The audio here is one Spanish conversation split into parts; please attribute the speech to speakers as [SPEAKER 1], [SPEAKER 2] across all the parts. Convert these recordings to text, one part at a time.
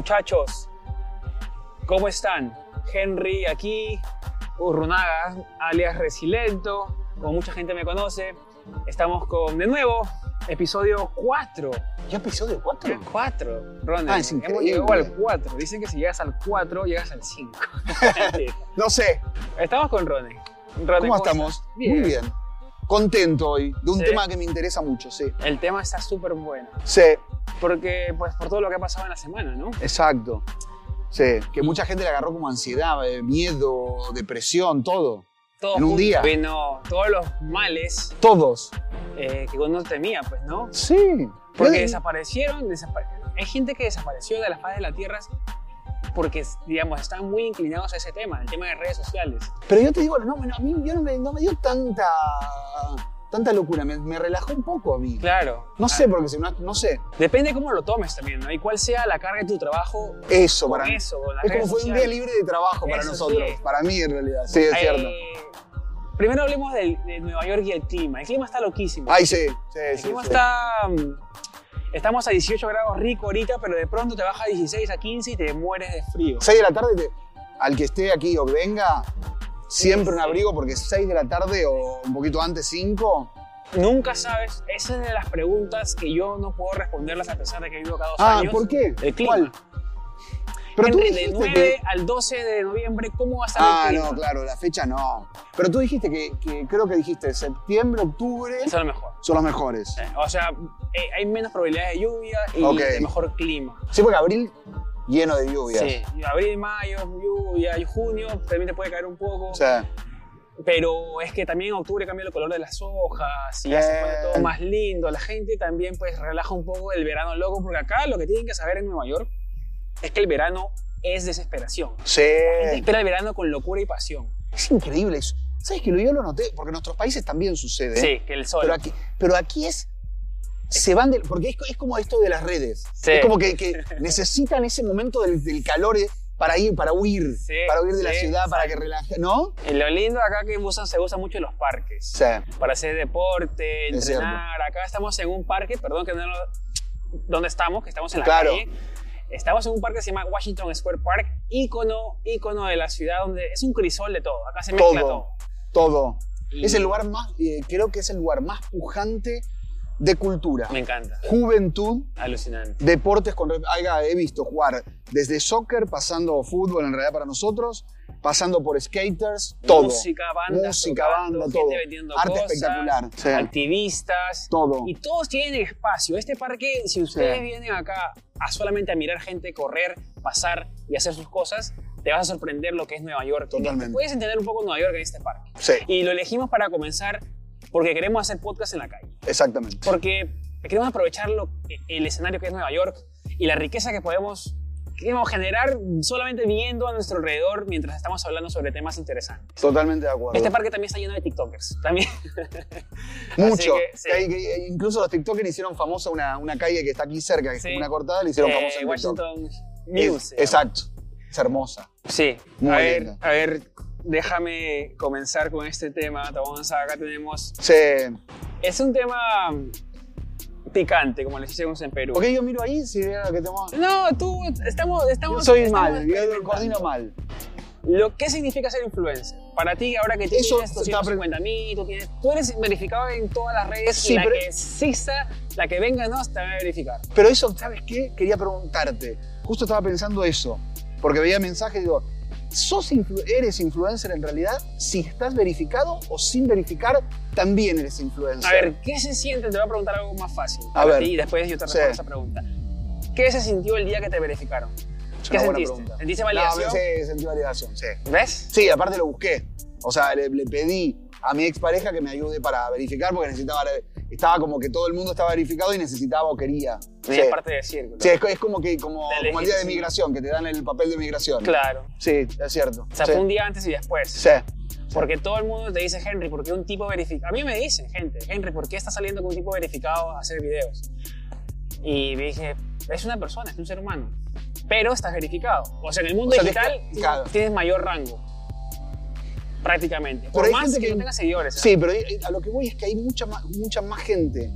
[SPEAKER 1] Muchachos, ¿cómo están? Henry aquí, Urrunaga, alias Resilento, como mucha gente me conoce. Estamos con, de nuevo, episodio 4.
[SPEAKER 2] ¿Ya episodio 4?
[SPEAKER 1] 4, Ronald.
[SPEAKER 2] Ah, es
[SPEAKER 1] Hemos
[SPEAKER 2] increíble.
[SPEAKER 1] llegado al 4. Dicen que si llegas al 4, llegas al 5.
[SPEAKER 2] No sé,
[SPEAKER 1] estamos con Ronald.
[SPEAKER 2] ¿cómo estamos?
[SPEAKER 1] Bien.
[SPEAKER 2] Muy bien. Contento hoy, de un
[SPEAKER 1] Sí.
[SPEAKER 2] tema que me interesa mucho, sí.
[SPEAKER 1] El tema está súper bueno.
[SPEAKER 2] Sí,
[SPEAKER 1] Porque, pues, por todo lo que ha pasado en la semana, ¿no?
[SPEAKER 2] exacto. Sí,
[SPEAKER 1] Mm.
[SPEAKER 2] que mucha gente le agarró como ansiedad, eh, miedo, depresión, todo.
[SPEAKER 1] Todo
[SPEAKER 2] En un
[SPEAKER 1] junto.
[SPEAKER 2] día.
[SPEAKER 1] Vino todos los males
[SPEAKER 2] Todos.
[SPEAKER 1] eh, que uno temía, pues, ¿no?
[SPEAKER 2] Sí.
[SPEAKER 1] Porque
[SPEAKER 2] Eh,
[SPEAKER 1] desaparecieron, desapa- hay gente que desapareció de la faz de la tierra porque, digamos, están muy inclinados a ese tema, el tema de redes sociales.
[SPEAKER 2] Pero yo te digo, no, bueno, a mí yo no, me, no me dio tanta, tanta locura, me, me relajó un poco a mí.
[SPEAKER 1] Claro.
[SPEAKER 2] No
[SPEAKER 1] Ah,
[SPEAKER 2] sé, porque si no, no sé.
[SPEAKER 1] Depende cómo lo tomes también, ¿no? Y cuál sea la carga de tu trabajo
[SPEAKER 2] Eso
[SPEAKER 1] con
[SPEAKER 2] para mí.
[SPEAKER 1] eso, con las
[SPEAKER 2] Es como
[SPEAKER 1] redes
[SPEAKER 2] fue un
[SPEAKER 1] sociales.
[SPEAKER 2] día libre de trabajo para
[SPEAKER 1] Eso
[SPEAKER 2] nosotros.
[SPEAKER 1] sí.
[SPEAKER 2] Para mí, en realidad. Sí, es cierto.
[SPEAKER 1] Eh, primero hablemos del- de Nueva York y el clima. El clima está loquísimo.
[SPEAKER 2] Ay, sí. Sí,
[SPEAKER 1] el
[SPEAKER 2] sí,
[SPEAKER 1] clima
[SPEAKER 2] sí.
[SPEAKER 1] está... mm, Estamos a 18 grados rico ahorita, pero de pronto te baja a 16, a 15 y te mueres de frío.
[SPEAKER 2] 6 de la tarde, te- al que esté aquí o que venga, siempre un
[SPEAKER 1] sí.
[SPEAKER 2] abrigo porque 6 de la tarde o un poquito antes, 5.
[SPEAKER 1] Nunca sabes, esa es de las preguntas que yo no puedo responderlas a pesar de que vivo cada dos
[SPEAKER 2] Ah,
[SPEAKER 1] años.
[SPEAKER 2] ¿por qué?
[SPEAKER 1] El clima.
[SPEAKER 2] ¿Cuál? Pero tú
[SPEAKER 1] Entre
[SPEAKER 2] dijiste
[SPEAKER 1] del 9
[SPEAKER 2] que...
[SPEAKER 1] al 12 de noviembre, ¿cómo va a estar
[SPEAKER 2] Ah,
[SPEAKER 1] el clima?
[SPEAKER 2] no, claro, la fecha no. Pero tú dijiste que, que creo que dijiste septiembre, octubre
[SPEAKER 1] Eso es lo mejor.
[SPEAKER 2] son los mejores.
[SPEAKER 1] Eh, O sea, eh, hay menos probabilidades de lluvia y
[SPEAKER 2] Ok.
[SPEAKER 1] de mejor clima.
[SPEAKER 2] Sí, porque abril lleno de lluvias.
[SPEAKER 1] Sí, y abril, mayo, lluvia, y junio también te puede caer un poco.
[SPEAKER 2] O sea,
[SPEAKER 1] Pero es que también en octubre cambia el color de las hojas y ya se pone
[SPEAKER 2] Eh.
[SPEAKER 1] todo más lindo. La gente también pues relaja un poco el verano loco, porque acá lo que tienen que saber en Nueva York es que el verano es desesperación.
[SPEAKER 2] sí.
[SPEAKER 1] La gente espera el verano con locura y pasión.
[SPEAKER 2] Es increíble eso. ¿Sabes que lo- yo lo noté? Porque en nuestros países también sucede.
[SPEAKER 1] Sí, que el sol.
[SPEAKER 2] Pero aquí, pero aquí es. Se van del. Porque es, es como esto de las redes.
[SPEAKER 1] Sí.
[SPEAKER 2] Es como que, que necesitan ese momento del, del calor eh, para ir, para huir.
[SPEAKER 1] Sí,
[SPEAKER 2] para huir de la
[SPEAKER 1] sí,
[SPEAKER 2] ciudad, para que relaje. ¿No?
[SPEAKER 1] Y Lo lindo acá que usan, se usa mucho en los parques.
[SPEAKER 2] Sí.
[SPEAKER 1] Para hacer deporte,
[SPEAKER 2] Es cierto.
[SPEAKER 1] entrenar. Acá estamos en un parque, perdón que no lo- ¿Dónde estamos? Que estamos en la
[SPEAKER 2] Claro.
[SPEAKER 1] calle. Estamos en un parque que se llama Washington Square Park, ícono, ícono de la ciudad, donde es un crisol de todo. Acá se mezcla
[SPEAKER 2] Todo.
[SPEAKER 1] todo.
[SPEAKER 2] Todo.
[SPEAKER 1] Y
[SPEAKER 2] Es el lugar más. eh, creo que es el lugar más pujante de cultura.
[SPEAKER 1] Me encanta.
[SPEAKER 2] Juventud,
[SPEAKER 1] Alucinante.
[SPEAKER 2] deportes con. Alga, he visto jugar desde soccer, pasando fútbol en realidad para nosotros, pasando por skaters, todo.
[SPEAKER 1] Música, banda.
[SPEAKER 2] Música, banda,
[SPEAKER 1] gente
[SPEAKER 2] todo.
[SPEAKER 1] vendiendo
[SPEAKER 2] Arte
[SPEAKER 1] cosas,
[SPEAKER 2] espectacular. Sí.
[SPEAKER 1] Activistas.
[SPEAKER 2] Todo.
[SPEAKER 1] Y todos tienen espacio. Este parque, si ustedes vienen acá a solamente a mirar gente correr, pasar y hacer sus cosas, te vas a sorprender lo que es Nueva York.
[SPEAKER 2] Totalmente.
[SPEAKER 1] Puedes entender un poco Nueva York en este parque.
[SPEAKER 2] Sí,
[SPEAKER 1] Y lo elegimos para comenzar porque queremos hacer podcast en la calle.
[SPEAKER 2] exactamente.
[SPEAKER 1] Porque queremos aprovechar lo- el escenario que es Nueva York y la riqueza que podemos queremos generar solamente viendo a nuestro alrededor mientras estamos hablando sobre temas interesantes.
[SPEAKER 2] Totalmente de acuerdo.
[SPEAKER 1] Este parque también está lleno de TikTokers. También.
[SPEAKER 2] Mucho.
[SPEAKER 1] Así que, sí.
[SPEAKER 2] Que hay- que eh, incluso los TikTokers hicieron famosa una, una calle que está aquí cerca, que es
[SPEAKER 1] Sí.
[SPEAKER 2] como una cortada, le hicieron
[SPEAKER 1] Eh,
[SPEAKER 2] famosa en TikTok.
[SPEAKER 1] Washington
[SPEAKER 2] Es-
[SPEAKER 1] News.
[SPEAKER 2] exacto. Es hermosa.
[SPEAKER 1] Sí.
[SPEAKER 2] Muy
[SPEAKER 1] a ver,
[SPEAKER 2] linda.
[SPEAKER 1] a ver, déjame comenzar con este tema. Tabanza, acá tenemos.
[SPEAKER 2] Sí.
[SPEAKER 1] Es un tema picante, como les decimos en Perú.
[SPEAKER 2] ¿Por qué yo miro ahí si veo lo que tengo?
[SPEAKER 1] No, tú, estamos,
[SPEAKER 2] Yo
[SPEAKER 1] estamos.
[SPEAKER 2] soy
[SPEAKER 1] estamos
[SPEAKER 2] mal, yo coordino mal.
[SPEAKER 1] Lo que significa ser influencer. Para ti, ahora que tú
[SPEAKER 2] Eso
[SPEAKER 1] tienes
[SPEAKER 2] está pre-
[SPEAKER 1] 250 mil, tú, tienes- tú eres verificado en todas las redes
[SPEAKER 2] Sí,
[SPEAKER 1] y la
[SPEAKER 2] pero-
[SPEAKER 1] que exista, la que venga, no, te va a verificar.
[SPEAKER 2] Pero eso, ¿sabes qué? Quería preguntarte. Justo estaba pensando eso, porque veía mensajes y digo, ¿sos influ- ¿eres influencer en realidad? Si estás verificado o sin verificar, también eres influencer.
[SPEAKER 1] A ver, ¿qué se siente? Te voy a preguntar algo más fácil.
[SPEAKER 2] A
[SPEAKER 1] para
[SPEAKER 2] ver.
[SPEAKER 1] ti, y después yo te
[SPEAKER 2] Sí.
[SPEAKER 1] respondo esa pregunta. ¿Qué se sintió el día que te verificaron?
[SPEAKER 2] Es
[SPEAKER 1] ¿Qué
[SPEAKER 2] una buena
[SPEAKER 1] sentiste?
[SPEAKER 2] pregunta.
[SPEAKER 1] ¿Sentiste
[SPEAKER 2] No,
[SPEAKER 1] validación?
[SPEAKER 2] sí, sentí validación, sí.
[SPEAKER 1] ¿Ves?
[SPEAKER 2] Sí, aparte lo busqué. O sea, le, le pedí a mi expareja que me ayude para verificar porque necesitaba. Estaba como que todo el mundo estaba verificado y necesitaba o quería.
[SPEAKER 1] Sí,
[SPEAKER 2] Sí,
[SPEAKER 1] es parte del círculo.
[SPEAKER 2] Sí, es, co- es como, que, como,
[SPEAKER 1] Te
[SPEAKER 2] como el día
[SPEAKER 1] elegís,
[SPEAKER 2] de
[SPEAKER 1] sí.
[SPEAKER 2] migración, que te dan el papel de migración.
[SPEAKER 1] Claro.
[SPEAKER 2] Sí, es cierto.
[SPEAKER 1] O sea,
[SPEAKER 2] sí.
[SPEAKER 1] fue un día antes y después.
[SPEAKER 2] Sí.
[SPEAKER 1] Porque todo el mundo te dice, Henry, ¿por qué un tipo verificado? A mí me dicen, gente, Henry, ¿por qué estás saliendo con un tipo verificado a hacer videos? Y me dije, es una persona, es un ser humano. Pero estás verificado. O sea, en el mundo
[SPEAKER 2] O sea,
[SPEAKER 1] digital
[SPEAKER 2] tienes que- claro.
[SPEAKER 1] tienes mayor rango. Prácticamente.
[SPEAKER 2] Pero
[SPEAKER 1] Por
[SPEAKER 2] hay
[SPEAKER 1] más
[SPEAKER 2] gente
[SPEAKER 1] que,
[SPEAKER 2] que-
[SPEAKER 1] no tengas seguidores. ¿eh?
[SPEAKER 2] Sí, pero hay- a lo que voy es que hay mucha más, mucha más gente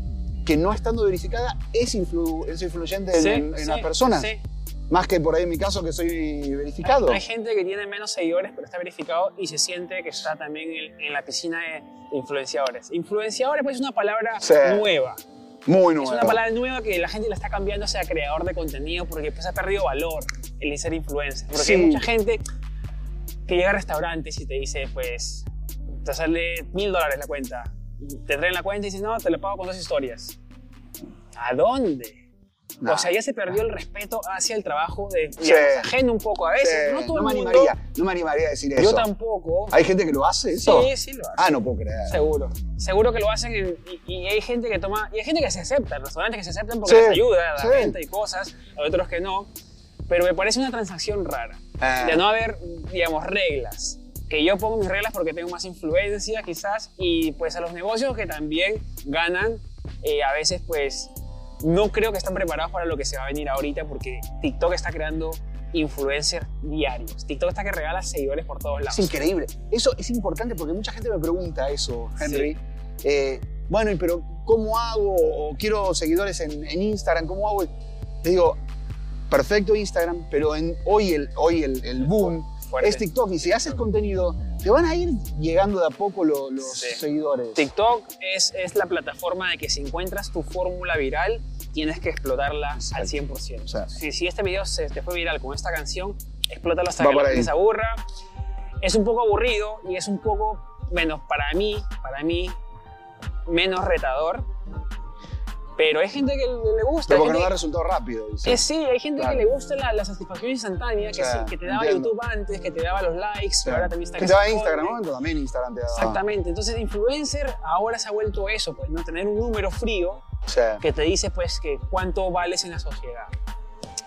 [SPEAKER 2] que no estando verificada es, influ- es influyente en,
[SPEAKER 1] Sí,
[SPEAKER 2] en- en
[SPEAKER 1] sí,
[SPEAKER 2] las personas.
[SPEAKER 1] sí.
[SPEAKER 2] Más que por ahí en mi caso que soy verificado.
[SPEAKER 1] Hay gente que tiene menos seguidores, pero está verificado y se siente que está también en, en la piscina de influenciadores. Influenciadores, pues es una palabra
[SPEAKER 2] Sí.
[SPEAKER 1] nueva.
[SPEAKER 2] Muy nuevo.
[SPEAKER 1] Es una palabra nueva que la gente la está cambiando hacia creador de contenido porque pues ha perdido valor el ser influencer. Porque
[SPEAKER 2] Sí.
[SPEAKER 1] hay mucha gente que llega a restaurantes y te dice, pues, te sale mil dólares la cuenta. Te traen la cuenta y dices, no, te la pago con dos historias. ¿A dónde?
[SPEAKER 2] No.
[SPEAKER 1] O sea, ya se perdió el respeto hacia el trabajo de
[SPEAKER 2] Sí.
[SPEAKER 1] digamos, ajeno un poco a
[SPEAKER 2] Sí,
[SPEAKER 1] veces. No todo
[SPEAKER 2] no
[SPEAKER 1] el
[SPEAKER 2] me
[SPEAKER 1] mundo.
[SPEAKER 2] animaría, no me animaría a decir eso.
[SPEAKER 1] Yo tampoco.
[SPEAKER 2] ¿Hay gente que lo hace eso?
[SPEAKER 1] Sí, sí lo hace.
[SPEAKER 2] Ah, no puedo creer.
[SPEAKER 1] Seguro. Seguro que lo hacen en- y, y hay gente que toma. Y hay gente que se acepta, restaurantes que se aceptan porque
[SPEAKER 2] Sí,
[SPEAKER 1] les ayuda a la
[SPEAKER 2] sí.
[SPEAKER 1] venta y cosas, hay otros que no. Pero me parece una transacción rara.
[SPEAKER 2] Ah.
[SPEAKER 1] De no haber, digamos, reglas. Que yo pongo mis reglas porque tengo más influencia, quizás, y pues a los negocios que también ganan, eh, a veces, pues no creo que están preparados para lo que se va a venir ahorita porque TikTok está creando influencers diarios. TikTok está que regala seguidores por todos lados.
[SPEAKER 2] Es increíble. Eso es importante porque mucha gente me pregunta eso, Henry. Eh, bueno, y pero ¿cómo hago? O quiero seguidores en, en Instagram, ¿cómo hago? Te digo, perfecto Instagram, pero en, hoy, el, hoy el, el boom
[SPEAKER 1] Fuerte.
[SPEAKER 2] es TikTok. Y si haces contenido, te van a ir llegando de a poco lo- los
[SPEAKER 1] Sí.
[SPEAKER 2] seguidores.
[SPEAKER 1] TikTok es, es la plataforma de que si encuentras tu fórmula viral, tienes que explotarla
[SPEAKER 2] Exacto.
[SPEAKER 1] al 100%.
[SPEAKER 2] O sea,
[SPEAKER 1] si, si este video se te fue viral con esta canción, explótalo hasta
[SPEAKER 2] Va
[SPEAKER 1] que la
[SPEAKER 2] por
[SPEAKER 1] gente
[SPEAKER 2] ahí.
[SPEAKER 1] se aburra. Es un poco aburrido y es un poco, menos para mí, para mí, menos retador. Pero hay gente que le le gusta.
[SPEAKER 2] pero
[SPEAKER 1] hay
[SPEAKER 2] porque no
[SPEAKER 1] gente
[SPEAKER 2] da resultado rápido. dice.
[SPEAKER 1] que eh, sí, hay gente
[SPEAKER 2] Claro.
[SPEAKER 1] que le gusta la, la satisfacción instantánea que,
[SPEAKER 2] O sea,
[SPEAKER 1] sí, que te daba
[SPEAKER 2] entiendo.
[SPEAKER 1] YouTube antes, que te daba los likes,
[SPEAKER 2] O sea,
[SPEAKER 1] pero ahora también está
[SPEAKER 2] que
[SPEAKER 1] que
[SPEAKER 2] te va
[SPEAKER 1] se
[SPEAKER 2] a Instagram,
[SPEAKER 1] esconde.
[SPEAKER 2] ¿no? También Instagram te da.
[SPEAKER 1] Exactamente. Entonces, influencer ahora se ha vuelto eso, pues, ¿no? Tener un número frío
[SPEAKER 2] O sea,
[SPEAKER 1] que te dice, pues, que cuánto vales en la sociedad.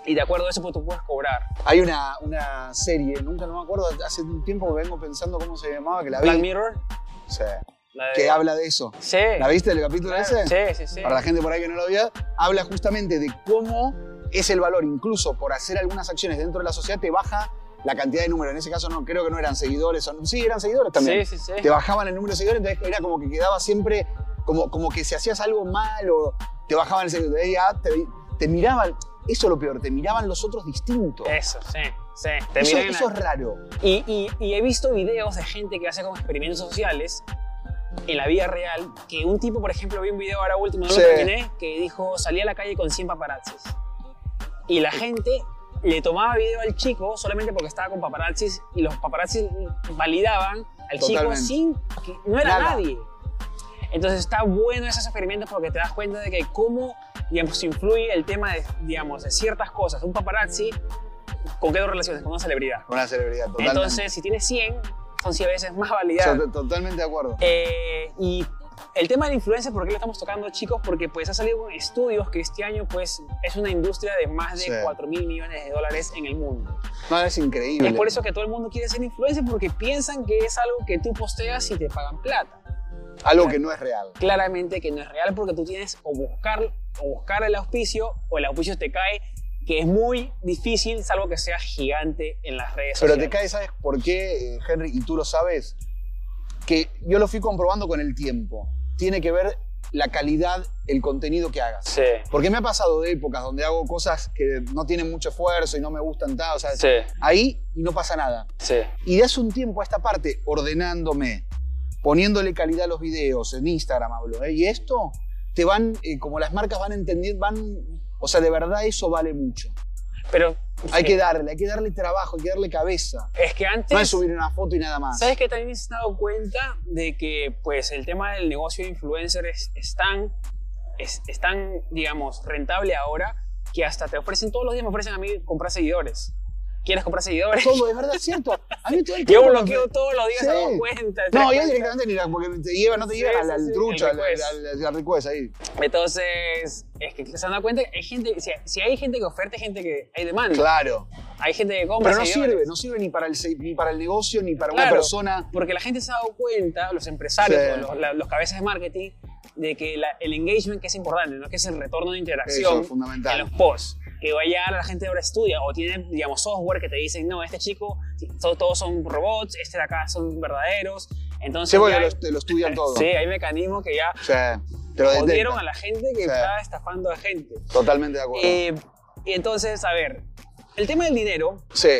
[SPEAKER 1] Y de acuerdo a eso, pues, tú puedes cobrar.
[SPEAKER 2] hay una, una serie, nunca no me acuerdo, hace un tiempo que vengo pensando cómo se llamaba, que la vi.
[SPEAKER 1] Black Mirror.
[SPEAKER 2] O sea,
[SPEAKER 1] la de-
[SPEAKER 2] que habla de eso.
[SPEAKER 1] Sí.
[SPEAKER 2] ¿La viste el capítulo
[SPEAKER 1] Claro,
[SPEAKER 2] ese?
[SPEAKER 1] Sí, sí, sí.
[SPEAKER 2] Para la gente por ahí que no lo vio, habla justamente de cómo es el valor, incluso por hacer algunas acciones dentro de la sociedad, te baja la cantidad de números. En ese caso no creo que no eran seguidores, o no- sí, eran seguidores también.
[SPEAKER 1] Sí, sí, sí.
[SPEAKER 2] Te bajaban el número de seguidores, entonces era como que quedaba siempre, como, como que si hacías algo mal o te bajaban el seguidor, eh, ah, te, te miraban, eso es lo peor, te miraban los otros distintos.
[SPEAKER 1] Eso, sí, sí. Te
[SPEAKER 2] Eso,
[SPEAKER 1] miran en la-
[SPEAKER 2] eso es raro.
[SPEAKER 1] Y, y- y he visto videos de gente que hace como experimentos sociales en la vida real, que un tipo, por ejemplo, vi un video ahora último, no
[SPEAKER 2] Sí.
[SPEAKER 1] lo terminé, que dijo, salí a la calle con 100 paparazzis. Y la gente le tomaba video al chico solamente porque estaba con paparazzis y los paparazzis validaban al chico
[SPEAKER 2] Totalmente.
[SPEAKER 1] sin que no era
[SPEAKER 2] Nada.
[SPEAKER 1] nadie. Entonces está bueno esos experimentos porque te das cuenta de que cómo, digamos, influye el tema de, digamos, de ciertas cosas. Un paparazzi, ¿con qué lo relaciones? Con una celebridad.
[SPEAKER 2] Una celebridad, totalmente.
[SPEAKER 1] Entonces, si tienes 100, son 100 veces más
[SPEAKER 2] Yo
[SPEAKER 1] validadas.
[SPEAKER 2] to- totalmente de acuerdo.
[SPEAKER 1] Eh, y el tema de la influencia, ¿por qué lo estamos tocando, chicos? Porque pues ha salido estudios que este año pues es una industria de más de
[SPEAKER 2] Sí.
[SPEAKER 1] 4 mil millones de dólares en el mundo.
[SPEAKER 2] No, es
[SPEAKER 1] Y
[SPEAKER 2] increíble.
[SPEAKER 1] es por eso que todo el mundo quiere ser influencer porque piensan que es algo que tú posteas y te pagan plata.
[SPEAKER 2] Algo que no es real.
[SPEAKER 1] Claramente que no es real porque tú tienes o buscar, o buscar el auspicio o el auspicio te cae, que es muy difícil salvo que seas gigante en las redes
[SPEAKER 2] Pero te
[SPEAKER 1] sociales.
[SPEAKER 2] cae, ¿sabes por qué, eh, Henry? Y tú lo sabes, que yo lo fui comprobando con el tiempo. Tiene que ver la calidad, el contenido que hagas.
[SPEAKER 1] Sí,
[SPEAKER 2] Porque me ha pasado de épocas donde hago cosas que no tienen mucho esfuerzo y no me gustan tanto. O sea,
[SPEAKER 1] sí,
[SPEAKER 2] ahí y no pasa nada.
[SPEAKER 1] sí.
[SPEAKER 2] Y de hace un tiempo a esta parte, ordenándome, poniéndole calidad a los videos, en Instagram hablo, ¿eh? y esto, te van, eh, como las marcas van a entender, van, o sea, de verdad eso vale mucho.
[SPEAKER 1] Pero
[SPEAKER 2] Hay
[SPEAKER 1] sí.
[SPEAKER 2] que darle, hay que darle trabajo, hay que darle cabeza.
[SPEAKER 1] Es que antes.
[SPEAKER 2] No es subir una foto y nada más.
[SPEAKER 1] ¿Sabes que también se han dado cuenta de que pues, el tema del negocio de influencers es tan, es, es tan, digamos, rentable ahora que hasta te ofrecen, todos los días me ofrecen a mí comprar seguidores. ¿Quieres comprar seguidores?
[SPEAKER 2] Todo, es verdad, es cierto. A mí todo el
[SPEAKER 1] Yo
[SPEAKER 2] tiempo me-
[SPEAKER 1] bloqueo todos los días
[SPEAKER 2] Sí.
[SPEAKER 1] a dos cuentas. tres
[SPEAKER 2] No, yo
[SPEAKER 1] cuentas.
[SPEAKER 2] directamente ni la, porque te lleva, no te
[SPEAKER 1] Sí,
[SPEAKER 2] llevan al,
[SPEAKER 1] sí,
[SPEAKER 2] al
[SPEAKER 1] sí,
[SPEAKER 2] trucho,
[SPEAKER 1] el
[SPEAKER 2] al, al,
[SPEAKER 1] request.
[SPEAKER 2] al- al request ahí.
[SPEAKER 1] Entonces, es que se han dado cuenta que hay gente, si, si hay gente que oferta, hay gente que hay demanda.
[SPEAKER 2] Claro.
[SPEAKER 1] Hay gente que compra
[SPEAKER 2] Pero no
[SPEAKER 1] seguidores.
[SPEAKER 2] sirve, no sirve ni para el, se- ni para el negocio, ni para una
[SPEAKER 1] Claro.
[SPEAKER 2] persona.
[SPEAKER 1] Porque la gente se ha dado cuenta, los empresarios,
[SPEAKER 2] Sí.
[SPEAKER 1] o los, la- los cabezas de marketing, de que la- el engagement que es importante, ¿no? que es el retorno de interacción
[SPEAKER 2] Eso es fundamental.
[SPEAKER 1] en los posts. Que vaya la gente ahora estudia o tiene, digamos, software que te dicen, no, este chico, to- todos son robots, este de acá son verdaderos. Entonces,
[SPEAKER 2] Se
[SPEAKER 1] ya
[SPEAKER 2] vuelve,
[SPEAKER 1] hay-
[SPEAKER 2] lo, te lo estudian todo.
[SPEAKER 1] sí, hay mecanismos que ya
[SPEAKER 2] O sea, te lo
[SPEAKER 1] jodieron a
[SPEAKER 2] detectan.
[SPEAKER 1] la gente que
[SPEAKER 2] Sí.
[SPEAKER 1] está estafando a gente.
[SPEAKER 2] Totalmente de acuerdo.
[SPEAKER 1] Eh, y entonces, a ver, El tema del dinero
[SPEAKER 2] Sí,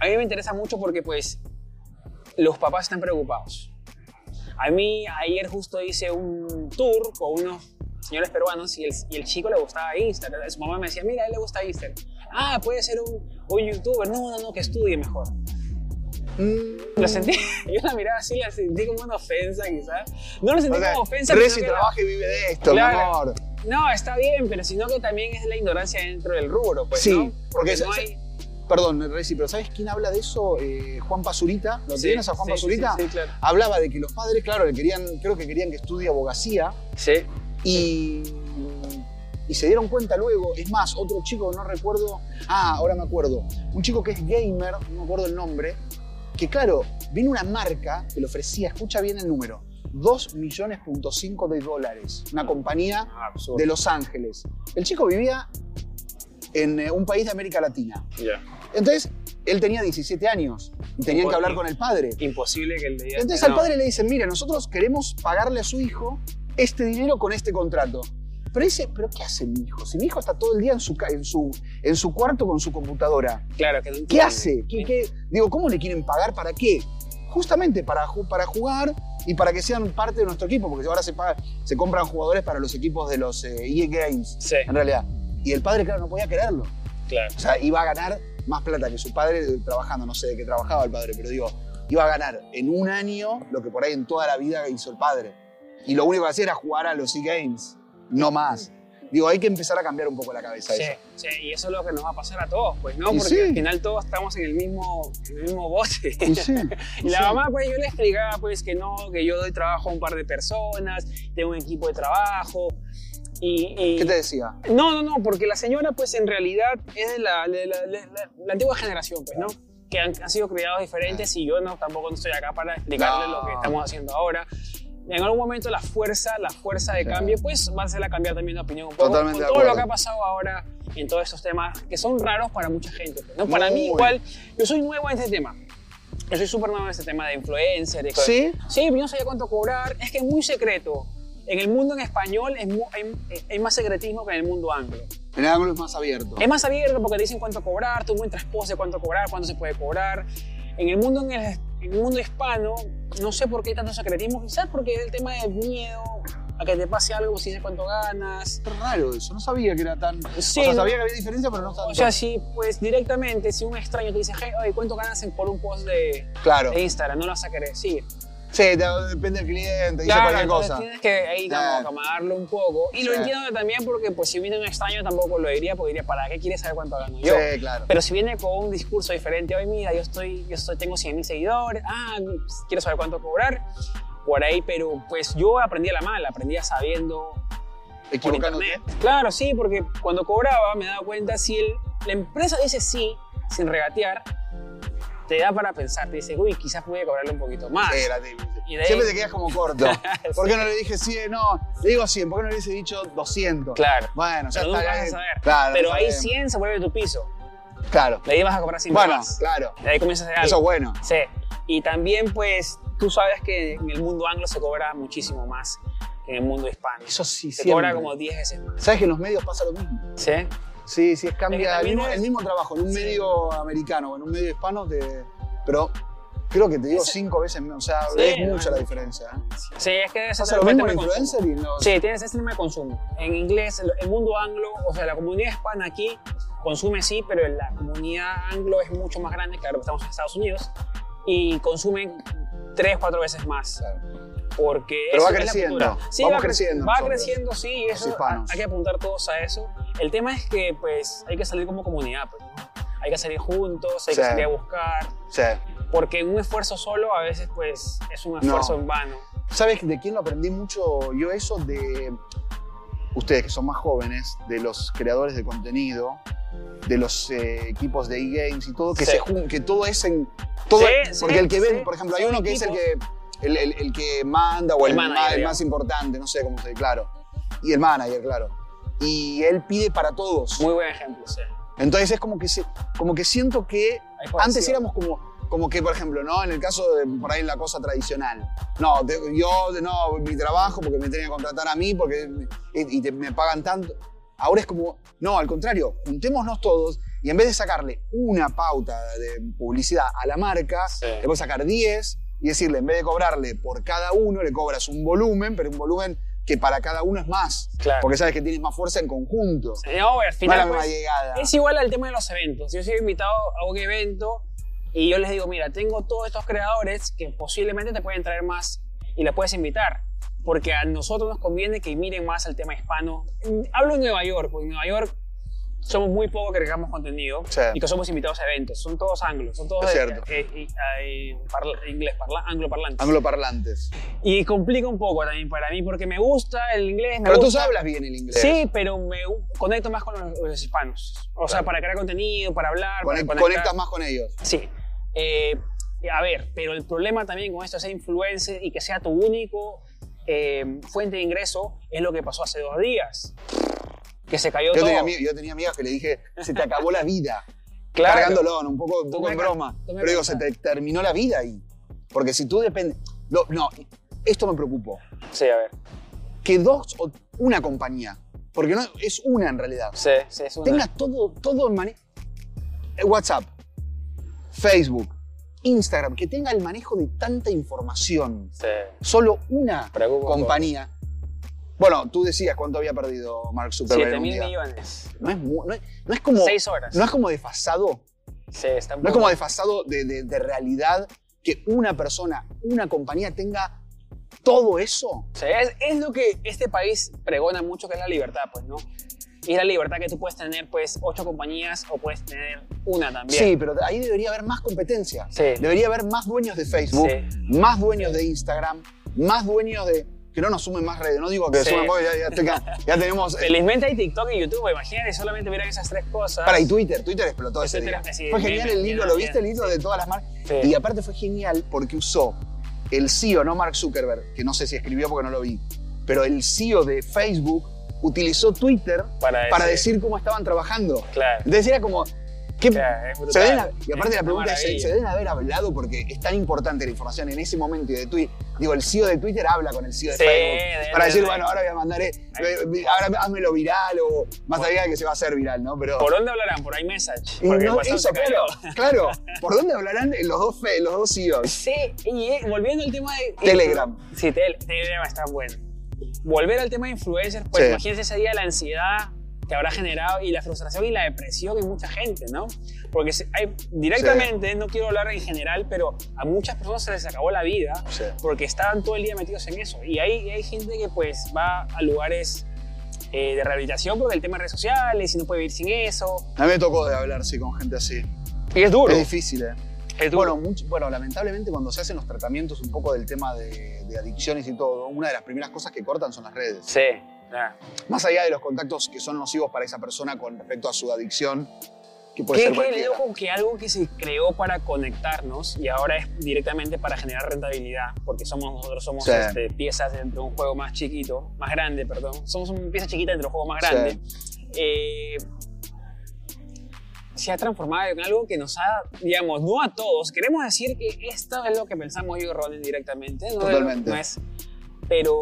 [SPEAKER 1] a mí me interesa mucho porque pues los papás están preocupados. A mí ayer justo hice un tour con unos señores peruanos y el, y el chico le gustaba Instagram. Su mamá me decía, mira, a él le gusta Instagram. Ah, puede ser un, un youtuber. No, no, no, que estudie mejor.
[SPEAKER 2] Mm,
[SPEAKER 1] Lo sentí, yo la miraba así, la sentí como una ofensa quizás. No lo
[SPEAKER 2] o
[SPEAKER 1] sentí
[SPEAKER 2] sea,
[SPEAKER 1] como ofensa.
[SPEAKER 2] Reci
[SPEAKER 1] sino que era-
[SPEAKER 2] trabaja y vive de esto,
[SPEAKER 1] Claro.
[SPEAKER 2] mi amor.
[SPEAKER 1] No, está bien, pero sino que también es la ignorancia dentro del rubro, pues,
[SPEAKER 2] Sí,
[SPEAKER 1] ¿no?
[SPEAKER 2] porque
[SPEAKER 1] no
[SPEAKER 2] se-
[SPEAKER 1] hay...
[SPEAKER 2] Perdón, Reci, pero ¿sabes quién habla de eso? Eh, Juan Pazurita. ¿Lo
[SPEAKER 1] Sí,
[SPEAKER 2] tienes a Juan
[SPEAKER 1] sí,
[SPEAKER 2] Pazurita?
[SPEAKER 1] Sí, sí, claro.
[SPEAKER 2] Hablaba de que los padres, claro, le querían, creo que querían que estudie abogacía
[SPEAKER 1] Sí,
[SPEAKER 2] y, y se dieron cuenta luego. Es más, otro chico, no recuerdo, ah, ahora me acuerdo, un chico que es gamer, no me acuerdo el nombre, que claro, vino una marca que le ofrecía, escucha bien el número, 2 millones.5 de dólares, una compañía
[SPEAKER 1] Ah, absurdo.
[SPEAKER 2] de Los Ángeles. El chico vivía en eh, un país de América Latina.
[SPEAKER 1] Ya.
[SPEAKER 2] Entonces, él tenía 17 años y tenían que hablar con el padre.
[SPEAKER 1] Imposible que el de ella-
[SPEAKER 2] Entonces
[SPEAKER 1] no.
[SPEAKER 2] al padre le dicen, mire, nosotros queremos pagarle a su hijo este dinero con este contrato. Pero dice, ¿pero qué hace mi hijo? Si mi hijo está todo el día en su, ca- en su, en su cuarto con su computadora,
[SPEAKER 1] Claro, que no
[SPEAKER 2] ¿qué
[SPEAKER 1] entiende.
[SPEAKER 2] hace? ¿Qué, qué? Digo, ¿cómo le quieren pagar? ¿Para qué? Justamente para, ju- para jugar y para que sean parte de nuestro equipo, porque ahora se, paga- se compran jugadores para los equipos de los eh, EA Games,
[SPEAKER 1] Sí,
[SPEAKER 2] en realidad. Y el padre, claro, no podía creerlo.
[SPEAKER 1] claro.
[SPEAKER 2] O sea, iba a ganar más plata que su padre eh, trabajando, no sé de qué trabajaba el padre, pero digo, iba a ganar en un año lo que por ahí en toda la vida hizo el padre. Y lo único que hacía era jugar a los E-Games, no más. Digo, hay que empezar a cambiar un poco la cabeza
[SPEAKER 1] Sí,
[SPEAKER 2] eso.
[SPEAKER 1] sí, y eso es lo que nos va a pasar a todos, pues, ¿no?
[SPEAKER 2] Y
[SPEAKER 1] Porque
[SPEAKER 2] sí.
[SPEAKER 1] al final todos estamos en el mismo, en el mismo bote.
[SPEAKER 2] Y sí,
[SPEAKER 1] Y la
[SPEAKER 2] sí.
[SPEAKER 1] mamá, pues yo le explicaba, pues que no, que yo doy trabajo a un par de personas, tengo un equipo de trabajo. Y, y-
[SPEAKER 2] ¿Qué te decía?
[SPEAKER 1] No, no, no, porque la señora, pues en realidad es de la, de la- de la- la antigua generación, pues, ¿no? Que han, han sido criados diferentes y yo no, tampoco no estoy acá para explicarle
[SPEAKER 2] No.
[SPEAKER 1] lo que estamos haciendo ahora. En algún momento la fuerza, la fuerza de
[SPEAKER 2] Sí.
[SPEAKER 1] cambio, pues va a ser a cambiar también de opinión un poco.
[SPEAKER 2] Totalmente
[SPEAKER 1] con
[SPEAKER 2] de
[SPEAKER 1] todo lo
[SPEAKER 2] acuerdo.
[SPEAKER 1] que ha pasado ahora en todos estos temas que son raros para mucha gente. pues, ¿no? Para mí
[SPEAKER 2] Muy.
[SPEAKER 1] igual, yo soy nuevo en este tema. Yo soy súper nuevo en este tema de influencer. De
[SPEAKER 2] ¿Sí?
[SPEAKER 1] Sí, pero yo no sabía cuánto cobrar. Es que es muy secreto. En el mundo en español es mu- hay, hay más secretismo que en el mundo anglo.
[SPEAKER 2] El ángulo es más abierto.
[SPEAKER 1] Es más abierto porque te dicen cuánto cobrar, tú encuentras post de cuánto cobrar, cuánto se puede cobrar. En el mundo, en el, en el mundo hispano, no sé por qué hay tanto secretismo. Quizás porque es el tema del miedo a que te pase algo si dices cuánto ganas.
[SPEAKER 2] Es raro eso, no sabía que era tan...
[SPEAKER 1] Sí,
[SPEAKER 2] o sea,
[SPEAKER 1] no-
[SPEAKER 2] sabía que había diferencia, pero no tanto.
[SPEAKER 1] O sea, si pues directamente, si un extraño te dice, hey, oye, ¿cuánto ganas en- por un post de,
[SPEAKER 2] claro.
[SPEAKER 1] de Instagram? No lo vas a querer decir.
[SPEAKER 2] Sí, te- depende del cliente, dice
[SPEAKER 1] Claro,
[SPEAKER 2] cualquier
[SPEAKER 1] entonces
[SPEAKER 2] cosa.
[SPEAKER 1] tienes que ahí
[SPEAKER 2] Claro.
[SPEAKER 1] como acomodarlo un poco. Y lo
[SPEAKER 2] Sí.
[SPEAKER 1] entiendo también porque pues si viene un extraño tampoco lo diría, porque diría, ¿para qué quieres saber cuánto gano yo?
[SPEAKER 2] Sí, claro.
[SPEAKER 1] Pero si viene con un discurso diferente, hoy mira, yo estoy, yo estoy, tengo 100 mil seguidores, ah, pues, quiero saber cuánto cobrar, por ahí, pero pues yo aprendí a la mala, aprendí a sabiendo por
[SPEAKER 2] Equivocándote.
[SPEAKER 1] internet. Claro, sí, porque cuando cobraba me daba cuenta si el- la empresa dice sí, sin regatear, te da para pensar, te dice, uy, quizás puede cobrarle un poquito más.
[SPEAKER 2] Sí, la típica.
[SPEAKER 1] Y de ahí-
[SPEAKER 2] Siempre te quedas como corto. ¿Por qué no le dije 100? No, le digo 100. ¿Por qué no le hubiese dicho 200?
[SPEAKER 1] Claro.
[SPEAKER 2] Bueno, ya
[SPEAKER 1] Pero
[SPEAKER 2] está.
[SPEAKER 1] nunca vas a
[SPEAKER 2] eh,
[SPEAKER 1] saber.
[SPEAKER 2] Claro,
[SPEAKER 1] pero
[SPEAKER 2] ya
[SPEAKER 1] ahí
[SPEAKER 2] sabemos.
[SPEAKER 1] 100 se vuelve tu piso.
[SPEAKER 2] Claro.
[SPEAKER 1] De ahí vas a cobrar 100
[SPEAKER 2] Bueno,
[SPEAKER 1] más.
[SPEAKER 2] claro.
[SPEAKER 1] De ahí comienzas a hacer algo.
[SPEAKER 2] Eso es bueno.
[SPEAKER 1] Sí. Y también, pues, tú sabes que en el mundo anglo se cobra muchísimo más que en el mundo hispano.
[SPEAKER 2] Eso sí,
[SPEAKER 1] se
[SPEAKER 2] siempre.
[SPEAKER 1] cobra como 10 veces más.
[SPEAKER 2] ¿Sabes que en los medios pasa lo mismo?
[SPEAKER 1] Sí.
[SPEAKER 2] Sí, sí,
[SPEAKER 1] Es
[SPEAKER 2] es
[SPEAKER 1] que
[SPEAKER 2] cambia el
[SPEAKER 1] también
[SPEAKER 2] mismo,
[SPEAKER 1] es-
[SPEAKER 2] el mismo trabajo. En un
[SPEAKER 1] Sí.
[SPEAKER 2] medio americano o en un medio hispano, te- pero creo que te digo
[SPEAKER 1] Ese-
[SPEAKER 2] cinco veces menos. O sea,
[SPEAKER 1] Sí,
[SPEAKER 2] es
[SPEAKER 1] no,
[SPEAKER 2] mucha
[SPEAKER 1] no.
[SPEAKER 2] la diferencia. ¿eh?
[SPEAKER 1] Sí, es que eso
[SPEAKER 2] Pasa lo mismo en influencer
[SPEAKER 1] consumo.
[SPEAKER 2] y en los...
[SPEAKER 1] Sí, tienes ese tema de consumo. En inglés, el, el mundo anglo, o sea, la comunidad hispana aquí consume sí, pero la comunidad anglo es mucho más grande, claro, estamos en Estados Unidos, y consumen tres, cuatro veces más.
[SPEAKER 2] Claro.
[SPEAKER 1] porque
[SPEAKER 2] Pero
[SPEAKER 1] eso es
[SPEAKER 2] va
[SPEAKER 1] la
[SPEAKER 2] creciendo,
[SPEAKER 1] cultura. sí,
[SPEAKER 2] vamos
[SPEAKER 1] va cre-
[SPEAKER 2] creciendo
[SPEAKER 1] va
[SPEAKER 2] nosotros,
[SPEAKER 1] creciendo sí y eso hay,
[SPEAKER 2] hispanos.
[SPEAKER 1] hay que apuntar todos a eso el tema es que pues hay que salir como comunidad pues, ¿no? hay que salir juntos hay que
[SPEAKER 2] Sí.
[SPEAKER 1] salir a buscar
[SPEAKER 2] Sí.
[SPEAKER 1] porque un esfuerzo solo a veces pues es un esfuerzo
[SPEAKER 2] No.
[SPEAKER 1] en vano
[SPEAKER 2] ¿Sabes de quién lo aprendí mucho yo eso? De ustedes que son más jóvenes, de los creadores de contenido, de los eh, equipos de e-games y todo, que,
[SPEAKER 1] Sí.
[SPEAKER 2] se jun- que todo es en... Todo
[SPEAKER 1] Sí,
[SPEAKER 2] porque
[SPEAKER 1] sí,
[SPEAKER 2] el que ven,
[SPEAKER 1] sí,
[SPEAKER 2] por ejemplo, hay
[SPEAKER 1] son
[SPEAKER 2] uno que es el que, el, el- el que manda o el,
[SPEAKER 1] El
[SPEAKER 2] ma-
[SPEAKER 1] manager,
[SPEAKER 2] el
[SPEAKER 1] digamos.
[SPEAKER 2] más importante, no sé cómo se dice, claro. Y el manager, claro. Y él pide para todos.
[SPEAKER 1] muy buen ejemplo sí.
[SPEAKER 2] Entonces es como que, se- como que siento que
[SPEAKER 1] Hay
[SPEAKER 2] antes
[SPEAKER 1] cohesión.
[SPEAKER 2] éramos como, como que, por ejemplo, ¿no? En el caso de por ahí la cosa tradicional. No, te- yo, de- no, mi trabajo, porque me tienen que contratar a mí, porque y, y te- me pagan tanto. Ahora es como, no, al contrario, juntémonos todos Y en vez de sacarle una pauta de publicidad a la marca,
[SPEAKER 1] Sí.
[SPEAKER 2] le puedes sacar 10 y decirle, en vez de cobrarle por cada uno, le cobras un volumen, pero un volumen que para cada uno es más.
[SPEAKER 1] Claro.
[SPEAKER 2] Porque sabes que tienes más fuerza en conjunto.
[SPEAKER 1] No, al
[SPEAKER 2] No es la
[SPEAKER 1] final.
[SPEAKER 2] misma
[SPEAKER 1] pues,
[SPEAKER 2] llegada.
[SPEAKER 1] es igual al tema de los eventos. Yo soy invitado a un evento y yo les digo, mira, tengo todos estos creadores que posiblemente te pueden traer más y les puedes invitar. Porque a nosotros nos conviene que miren más el tema hispano. Hablo de Nueva York, porque en Nueva York somos muy pocos que agregamos contenido
[SPEAKER 2] Sí.
[SPEAKER 1] y que somos invitados a eventos. Son todos anglos, son todos
[SPEAKER 2] Es
[SPEAKER 1] de-
[SPEAKER 2] cierto.
[SPEAKER 1] eh, eh, eh, parla- inglés, parla, angloparlantes.
[SPEAKER 2] Angloparlantes.
[SPEAKER 1] Y complica un poco también para mí, porque me gusta el inglés. Me
[SPEAKER 2] Pero tú
[SPEAKER 1] gusta-
[SPEAKER 2] hablas bien el inglés.
[SPEAKER 1] Sí, pero me conecto más con los, los hispanos. O sea,
[SPEAKER 2] Claro.
[SPEAKER 1] para crear contenido, para hablar, para
[SPEAKER 2] Conec-
[SPEAKER 1] conectar.
[SPEAKER 2] conectas más con ellos.
[SPEAKER 1] Sí. Eh, a ver, pero el problema también con esto, ser influencer y que sea tu único eh, fuente de ingreso, es lo que pasó hace dos días. Que se cayó
[SPEAKER 2] Yo
[SPEAKER 1] todo.
[SPEAKER 2] tenía, ami- yo tenía amigas que le dije, se te acabó la vida.
[SPEAKER 1] Claro.
[SPEAKER 2] Cargándolo, ¿no? un poco, un poco
[SPEAKER 1] me
[SPEAKER 2] en
[SPEAKER 1] ca- ah.
[SPEAKER 2] broma.
[SPEAKER 1] tú me
[SPEAKER 2] Pero digo, se
[SPEAKER 1] cagaste.
[SPEAKER 2] te terminó la vida ahí. Porque si tú dependes. lo- no, esto me preocupó.
[SPEAKER 1] Sí, a ver.
[SPEAKER 2] Que dos o una compañía, porque no es una en realidad,
[SPEAKER 1] Sí, sí, es una-
[SPEAKER 2] tenga todo, todo el manejo. WhatsApp, Facebook, Instagram, que tenga el manejo de tanta información.
[SPEAKER 1] Sí.
[SPEAKER 2] Solo una
[SPEAKER 1] Preocupa un poco.
[SPEAKER 2] compañía. Bueno, tú decías cuánto había perdido Mark Zuckerberg. en
[SPEAKER 1] 7
[SPEAKER 2] un
[SPEAKER 1] mil
[SPEAKER 2] día.
[SPEAKER 1] millones.
[SPEAKER 2] No es, mu- no es- no es como.
[SPEAKER 1] 6 horas.
[SPEAKER 2] No es como desfasado.
[SPEAKER 1] Sí, está un
[SPEAKER 2] No es
[SPEAKER 1] poco-
[SPEAKER 2] como desfasado de, de- de realidad que una persona, una compañía tenga todo eso.
[SPEAKER 1] O sea, es, es lo que este país pregona mucho, que es la libertad, pues, ¿no? Y es la libertad que tú puedes tener, pues, ocho compañías o puedes tener una también.
[SPEAKER 2] Sí, pero ahí debería haber más competencia.
[SPEAKER 1] Sí.
[SPEAKER 2] Debería haber más dueños de Facebook, más dueños de Instagram, más dueños de... Que no nos sumen más redes. No digo que
[SPEAKER 1] Sí.
[SPEAKER 2] sumen porque ya, ya tenga- ya tenemos... eh,
[SPEAKER 1] Felizmente hay TikTok y YouTube, pues, imagínate, solamente hubieran esas tres cosas.
[SPEAKER 2] para, y Twitter. Twitter explotó ese
[SPEAKER 1] Twitter
[SPEAKER 2] día.
[SPEAKER 1] es así,
[SPEAKER 2] Fue
[SPEAKER 1] meme,
[SPEAKER 2] genial el hilo.
[SPEAKER 1] bien,
[SPEAKER 2] ¿Lo viste el
[SPEAKER 1] bien,
[SPEAKER 2] hilo de todas las marcas?
[SPEAKER 1] Sí.
[SPEAKER 2] Y aparte fue genial porque usó el CEO, no Mark Zuckerberg, que no sé si escribió porque no lo vi, pero el CEO de Facebook utilizó Twitter
[SPEAKER 1] para,
[SPEAKER 2] para decir cómo estaban trabajando.
[SPEAKER 1] Claro.
[SPEAKER 2] Entonces era como... ¿qué-
[SPEAKER 1] claro, es
[SPEAKER 2] se
[SPEAKER 1] brutal.
[SPEAKER 2] deben, y aparte
[SPEAKER 1] Es
[SPEAKER 2] la
[SPEAKER 1] una
[SPEAKER 2] pregunta es, ¿se-
[SPEAKER 1] maravilla.
[SPEAKER 2] ¿se deben haber hablado? Porque es tan importante la información en ese momento y de Twitter. Digo, el CEO de Twitter habla con el CEO de
[SPEAKER 1] Sí,
[SPEAKER 2] Facebook
[SPEAKER 1] de-
[SPEAKER 2] para
[SPEAKER 1] de-
[SPEAKER 2] decir,
[SPEAKER 1] de-
[SPEAKER 2] bueno, ahora voy a mandar, eh, eh, ahora házmelo viral o más allá de que se va a hacer viral, ¿no? Pero...
[SPEAKER 1] ¿Por dónde hablarán? Por iMessage.
[SPEAKER 2] Y
[SPEAKER 1] Porque
[SPEAKER 2] Eh, no,
[SPEAKER 1] WhatsApp
[SPEAKER 2] eso,
[SPEAKER 1] se cayó.
[SPEAKER 2] claro, claro. ¿Por dónde hablarán los dos, fe- los dos E CEOs?
[SPEAKER 1] Sí, y eh, volviendo al tema de...
[SPEAKER 2] Telegram.
[SPEAKER 1] Sí, tel- Telegram está bueno. Volver al tema de influencers, pues
[SPEAKER 2] Sí.
[SPEAKER 1] imagínense ese día la ansiedad que habrá generado y la frustración y la depresión en mucha gente, ¿no? Porque se- hay, directamente, no quiero hablar en general, pero a muchas personas se les acabó la vida
[SPEAKER 2] Sí.
[SPEAKER 1] porque estaban todo el día metidos en eso. Y hay, hay gente que pues va a lugares eh, de rehabilitación porque el tema de redes sociales y no puede vivir sin eso.
[SPEAKER 2] A mí me tocó de hablar, sí, con gente así.
[SPEAKER 1] Y es duro.
[SPEAKER 2] Es difícil, ¿eh?
[SPEAKER 1] es duro.
[SPEAKER 2] Bueno, mucho- bueno, lamentablemente cuando se hacen los tratamientos un poco del tema de, de adicciones y todo, una de las primeras cosas que cortan son las redes.
[SPEAKER 1] sí, claro.
[SPEAKER 2] Más allá de los contactos que son nocivos para esa persona con respecto a su adicción, que puede
[SPEAKER 1] ¿Qué,
[SPEAKER 2] ser
[SPEAKER 1] qué
[SPEAKER 2] cualquiera.
[SPEAKER 1] loco que algo que se creó para conectarnos y ahora es directamente para generar rentabilidad, porque somos nosotros somos
[SPEAKER 2] Sí.
[SPEAKER 1] este, piezas dentro de un juego más chiquito, más grande, perdón, somos una pieza chiquita dentro de un juego más
[SPEAKER 2] Sí.
[SPEAKER 1] grande. Eh, se ha transformado en algo que nos ha, digamos, no a todos. Queremos decir que esto es lo que pensamos yo y Ronen directamente, no,
[SPEAKER 2] Totalmente.
[SPEAKER 1] no es, pero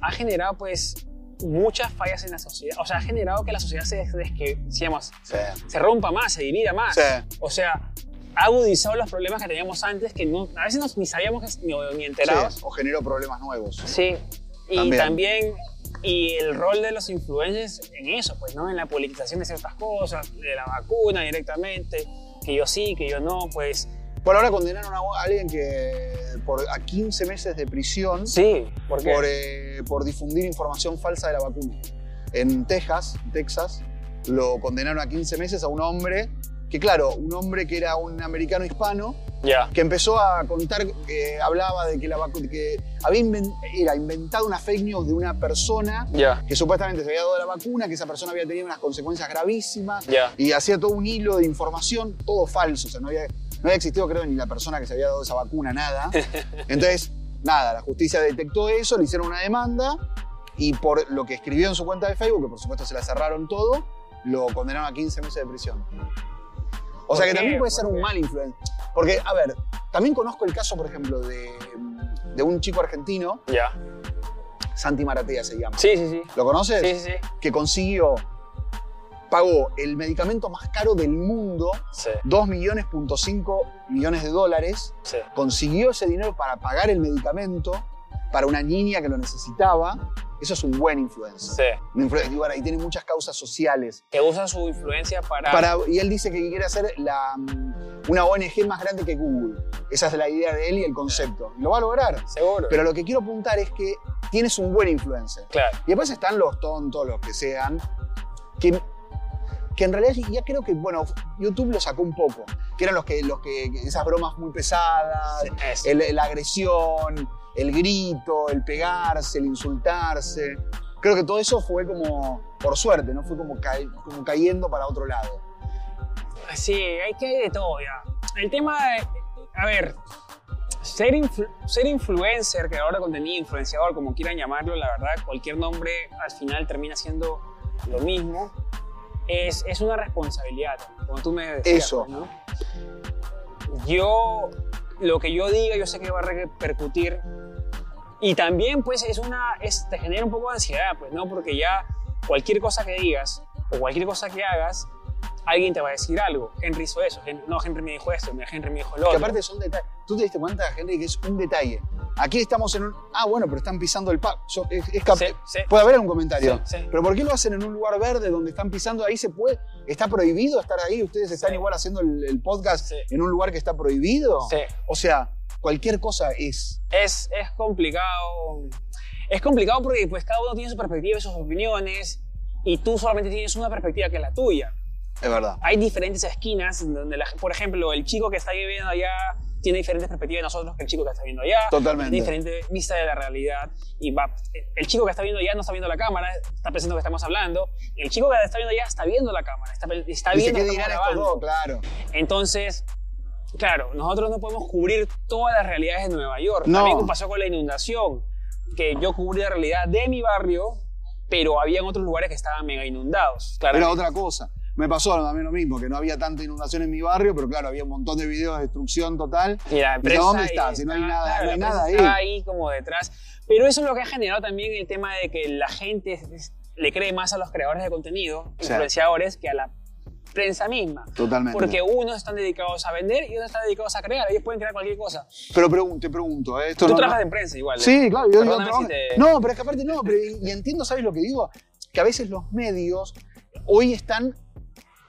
[SPEAKER 1] ha generado pues muchas fallas en la sociedad, o sea, ha generado que la sociedad se, des- que, digamos,
[SPEAKER 2] Sí,
[SPEAKER 1] se rompa más, se divida más.
[SPEAKER 2] sí,
[SPEAKER 1] O sea, ha agudizado los problemas que teníamos antes, que no, a veces nos- ni sabíamos que- ni, ni enterados.
[SPEAKER 2] sí, O generó problemas nuevos.
[SPEAKER 1] Sí. Y
[SPEAKER 2] También.
[SPEAKER 1] también. y el rol de los influencers en eso, pues, ¿no? En la politización de ciertas cosas, de la vacuna directamente, que yo sí, que yo no, pues.
[SPEAKER 2] Bueno, ahora condenaron a a alguien que por, a 15 meses de prisión
[SPEAKER 1] Sí, porque.
[SPEAKER 2] por, eh, por difundir información falsa de la vacuna. En Texas, Texas, lo condenaron a 15 meses a un hombre que, claro, un hombre que era un americano hispano,
[SPEAKER 1] Ya.
[SPEAKER 2] que empezó a contar, que hablaba de que la vacuna, que había inven- era inventado una fake news de una persona
[SPEAKER 1] Ya.
[SPEAKER 2] que supuestamente se había dado la vacuna, que esa persona había tenido unas consecuencias gravísimas,
[SPEAKER 1] Ya.
[SPEAKER 2] y hacía todo un hilo de información, todo falso, o sea, no había, no había existido creo ni la persona que se había dado esa vacuna, nada. Entonces, nada, la justicia detectó eso, le hicieron una demanda y por lo que escribió en su cuenta de Facebook, que por supuesto se la cerraron todo, lo condenaron a 15 meses de prisión. O
[SPEAKER 1] ¿Por
[SPEAKER 2] sea que
[SPEAKER 1] qué?
[SPEAKER 2] también puede ser
[SPEAKER 1] ¿Por
[SPEAKER 2] un
[SPEAKER 1] qué?
[SPEAKER 2] mal influencer. Porque, a ver, también conozco el caso, por ejemplo, de, de un chico argentino,
[SPEAKER 1] Ya.
[SPEAKER 2] Santi Maratea se llama.
[SPEAKER 1] Sí, sí, sí.
[SPEAKER 2] ¿Lo conoces?
[SPEAKER 1] Sí, sí, sí.
[SPEAKER 2] que consiguió pagó el medicamento más caro del mundo,
[SPEAKER 1] Sí,
[SPEAKER 2] 2 millones.5 millones de dólares,
[SPEAKER 1] sí.
[SPEAKER 2] consiguió ese dinero para pagar el medicamento para una niña que lo necesitaba. Eso es un buen influencer.
[SPEAKER 1] Sí.
[SPEAKER 2] Un influ- digo, ahora, y tiene muchas causas sociales.
[SPEAKER 1] Que usa su influencia para...
[SPEAKER 2] Para- y él dice que quiere hacer la, mm, una ONG más grande que Google. Esa es la idea de él y el concepto. Lo va a lograr.
[SPEAKER 1] Seguro.
[SPEAKER 2] Pero lo que quiero apuntar es que tienes un buen influencer.
[SPEAKER 1] Claro.
[SPEAKER 2] Y después están los tontos, los que sean, que, que en realidad ya creo que, bueno, YouTube lo sacó un poco. Que eran los que, los que esas bromas muy pesadas,
[SPEAKER 1] Eso.
[SPEAKER 2] el- la agresión, el grito, el pegarse, el insultarse. Creo que todo eso fue como, por suerte, ¿no? Fue como, ca- como cayendo para otro lado.
[SPEAKER 1] Sí, hay que hay de todo ya. El tema de, a ver, ser, influ- ser influencer, creador de contenido, influenciador, como quieran llamarlo, la verdad, cualquier nombre al final termina siendo lo mismo. Es, es una responsabilidad, como tú me decías.
[SPEAKER 2] Eso.
[SPEAKER 1] ¿no? Yo, lo que yo diga, yo sé que va a repercutir. Y también, pues, es una, es- te genera un poco de ansiedad, pues, ¿no? Porque ya cualquier cosa que digas o cualquier cosa que hagas, alguien te va a decir algo. Henry hizo eso, Henry- no, Henry me dijo esto, mira, Henry me dijo lo
[SPEAKER 2] Que
[SPEAKER 1] otro.
[SPEAKER 2] aparte son detalles. ¿Tú te diste cuenta, Henry, que es un detalle? Aquí estamos en un... Ah, bueno, pero están pisando el pack. Es, es cap-
[SPEAKER 1] Sí, sí,
[SPEAKER 2] Puede haber un comentario.
[SPEAKER 1] sí, sí.
[SPEAKER 2] Pero ¿por qué lo hacen en un lugar verde donde están pisando? Ahí se puede... ¿Está prohibido estar ahí? ¿Ustedes están
[SPEAKER 1] Sí.
[SPEAKER 2] igual haciendo el, el podcast
[SPEAKER 1] Sí.
[SPEAKER 2] en un lugar que está prohibido?
[SPEAKER 1] Sí.
[SPEAKER 2] O sea, cualquier cosa es...
[SPEAKER 1] es, es complicado. Es complicado porque pues cada uno tiene su perspectiva y sus opiniones y tú solamente tienes una perspectiva que es la tuya.
[SPEAKER 2] Es verdad.
[SPEAKER 1] Hay diferentes esquinas en donde, la- por ejemplo, el chico que está viviendo allá tiene diferentes perspectivas de nosotros que el chico que está viendo allá.
[SPEAKER 2] Totalmente.
[SPEAKER 1] Diferente vista de la realidad. Y va, el chico que está viendo allá no está viendo la cámara, está pensando que estamos hablando. El chico que está viendo allá está viendo la cámara, está, está
[SPEAKER 2] Dice,
[SPEAKER 1] viendo
[SPEAKER 2] ¿qué
[SPEAKER 1] que estamos
[SPEAKER 2] dirán estos
[SPEAKER 1] grabando.
[SPEAKER 2] dos? Claro.
[SPEAKER 1] Entonces, claro, nosotros no podemos cubrir todas las realidades de Nueva York.
[SPEAKER 2] No.
[SPEAKER 1] También pasó con la inundación, que yo cubrí la realidad de mi barrio, pero había otros lugares que estaban mega inundados. Claro.
[SPEAKER 2] Era otra cosa. Me pasó también lo mismo, que no había tanta inundación en mi barrio, pero claro, había un montón de videos de destrucción total.
[SPEAKER 1] Y la
[SPEAKER 2] Dice,
[SPEAKER 1] empresa
[SPEAKER 2] ¿dónde
[SPEAKER 1] ahí
[SPEAKER 2] está? Si no hay nada- no hay
[SPEAKER 1] la
[SPEAKER 2] nada
[SPEAKER 1] empresa está
[SPEAKER 2] ahí.
[SPEAKER 1] ahí como detrás. Pero eso es lo que ha generado también el tema de que la gente es- le cree más a los creadores de contenido,
[SPEAKER 2] Sí.
[SPEAKER 1] influenciadores, que a la prensa misma.
[SPEAKER 2] Totalmente.
[SPEAKER 1] Porque unos están dedicados a vender y otros están dedicados a crear. Ellos pueden crear cualquier cosa.
[SPEAKER 2] Pero pregun- te pregunto, ¿eh? esto
[SPEAKER 1] Tú
[SPEAKER 2] no-
[SPEAKER 1] trabajas en prensa igual. ¿eh?
[SPEAKER 2] Sí, claro, yo, yo
[SPEAKER 1] Perdóname
[SPEAKER 2] trabajo-
[SPEAKER 1] si te-
[SPEAKER 2] No, pero es que aparte no, pero y, y entiendo, ¿sabes lo que digo? Que a veces los medios hoy están,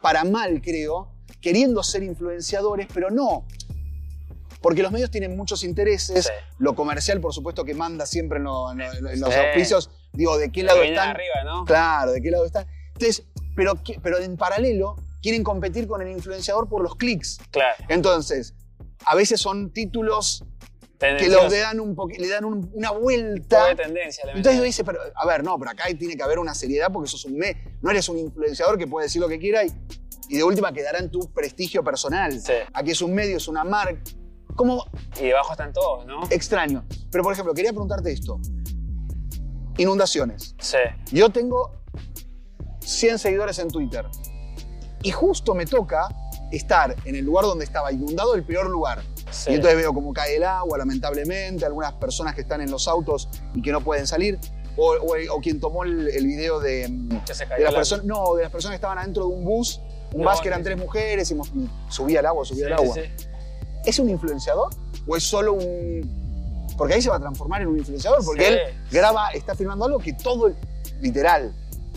[SPEAKER 2] para mal creo, queriendo ser influenciadores, pero no. Porque los medios tienen muchos intereses,
[SPEAKER 1] Sí.
[SPEAKER 2] lo comercial por supuesto que manda siempre en, lo- en lo- en lo- en los
[SPEAKER 1] Sí.
[SPEAKER 2] auspicios, digo, ¿de qué
[SPEAKER 1] Que
[SPEAKER 2] lado
[SPEAKER 1] vienen
[SPEAKER 2] están?
[SPEAKER 1] arriba, ¿no?
[SPEAKER 2] Claro, ¿de qué lado están? Entonces, pero, que- pero en paralelo quieren competir con el influenciador por los clics.
[SPEAKER 1] Claro.
[SPEAKER 2] Entonces, a veces son títulos que
[SPEAKER 1] Tendencioso.
[SPEAKER 2] los dan un poqui- le dan un- una
[SPEAKER 1] Todo
[SPEAKER 2] vuelta.
[SPEAKER 1] de tendencia. la
[SPEAKER 2] Entonces yo
[SPEAKER 1] verdad.
[SPEAKER 2] dice, pero a ver, no, pero acá tiene que haber una seriedad porque sos un me, no eres un influenciador que puede decir lo que quiera y, y de última quedará en tu prestigio personal.
[SPEAKER 1] Sí.
[SPEAKER 2] Aquí es un medio, es una marca. Como
[SPEAKER 1] Y debajo están todos, ¿no?
[SPEAKER 2] Eh, extraño. Pero por ejemplo, quería preguntarte esto. Inundaciones.
[SPEAKER 1] Sí.
[SPEAKER 2] Yo tengo 100 seguidores en Twitter y justo me toca estar en el lugar donde estaba inundado, el peor lugar.
[SPEAKER 1] sí.
[SPEAKER 2] Y entonces veo cómo cae el agua, lamentablemente, algunas personas que están en los autos y que no pueden salir, o, o- o quien tomó el, el video de, mm,
[SPEAKER 1] Ya se
[SPEAKER 2] de
[SPEAKER 1] cayó
[SPEAKER 2] las
[SPEAKER 1] la-
[SPEAKER 2] personas, no, de las personas que estaban adentro de un bus, un
[SPEAKER 1] No,
[SPEAKER 2] bus que eran
[SPEAKER 1] sí.
[SPEAKER 2] tres mujeres y mo- y subía el agua, subía
[SPEAKER 1] Sí,
[SPEAKER 2] el agua.
[SPEAKER 1] sí, sí.
[SPEAKER 2] ¿Es un influenciador o es solo un...? Porque ahí se va a transformar en un influenciador, porque
[SPEAKER 1] Sí.
[SPEAKER 2] él graba, está filmando algo que todo, el- literal,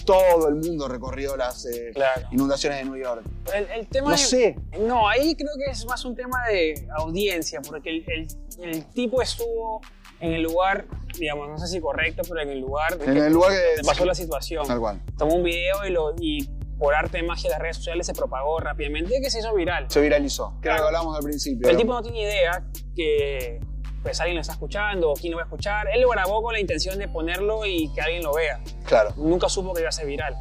[SPEAKER 2] todo el mundo recorrió las eh,
[SPEAKER 1] Claro.
[SPEAKER 2] inundaciones de New York.
[SPEAKER 1] El, el tema
[SPEAKER 2] No
[SPEAKER 1] es-
[SPEAKER 2] sé,
[SPEAKER 1] No, ahí creo que es más un tema de audiencia, porque el, el- el tipo estuvo en el lugar, digamos, no sé si correcto, pero en el lugar
[SPEAKER 2] en el lugar que...
[SPEAKER 1] donde pasó la situación.
[SPEAKER 2] Tal cual.
[SPEAKER 1] Tomó un video y, lo, y por arte de magia las redes sociales se propagó rápidamente, que se hizo viral.
[SPEAKER 2] Se viralizó, creo que
[SPEAKER 1] Claro.
[SPEAKER 2] lo hablamos al principio.
[SPEAKER 1] El tipo no tiene idea que pues alguien lo está escuchando o quién lo va a escuchar. Él lo grabó con la intención de ponerlo y que alguien lo vea.
[SPEAKER 2] Claro.
[SPEAKER 1] Nunca supo que iba a ser viral.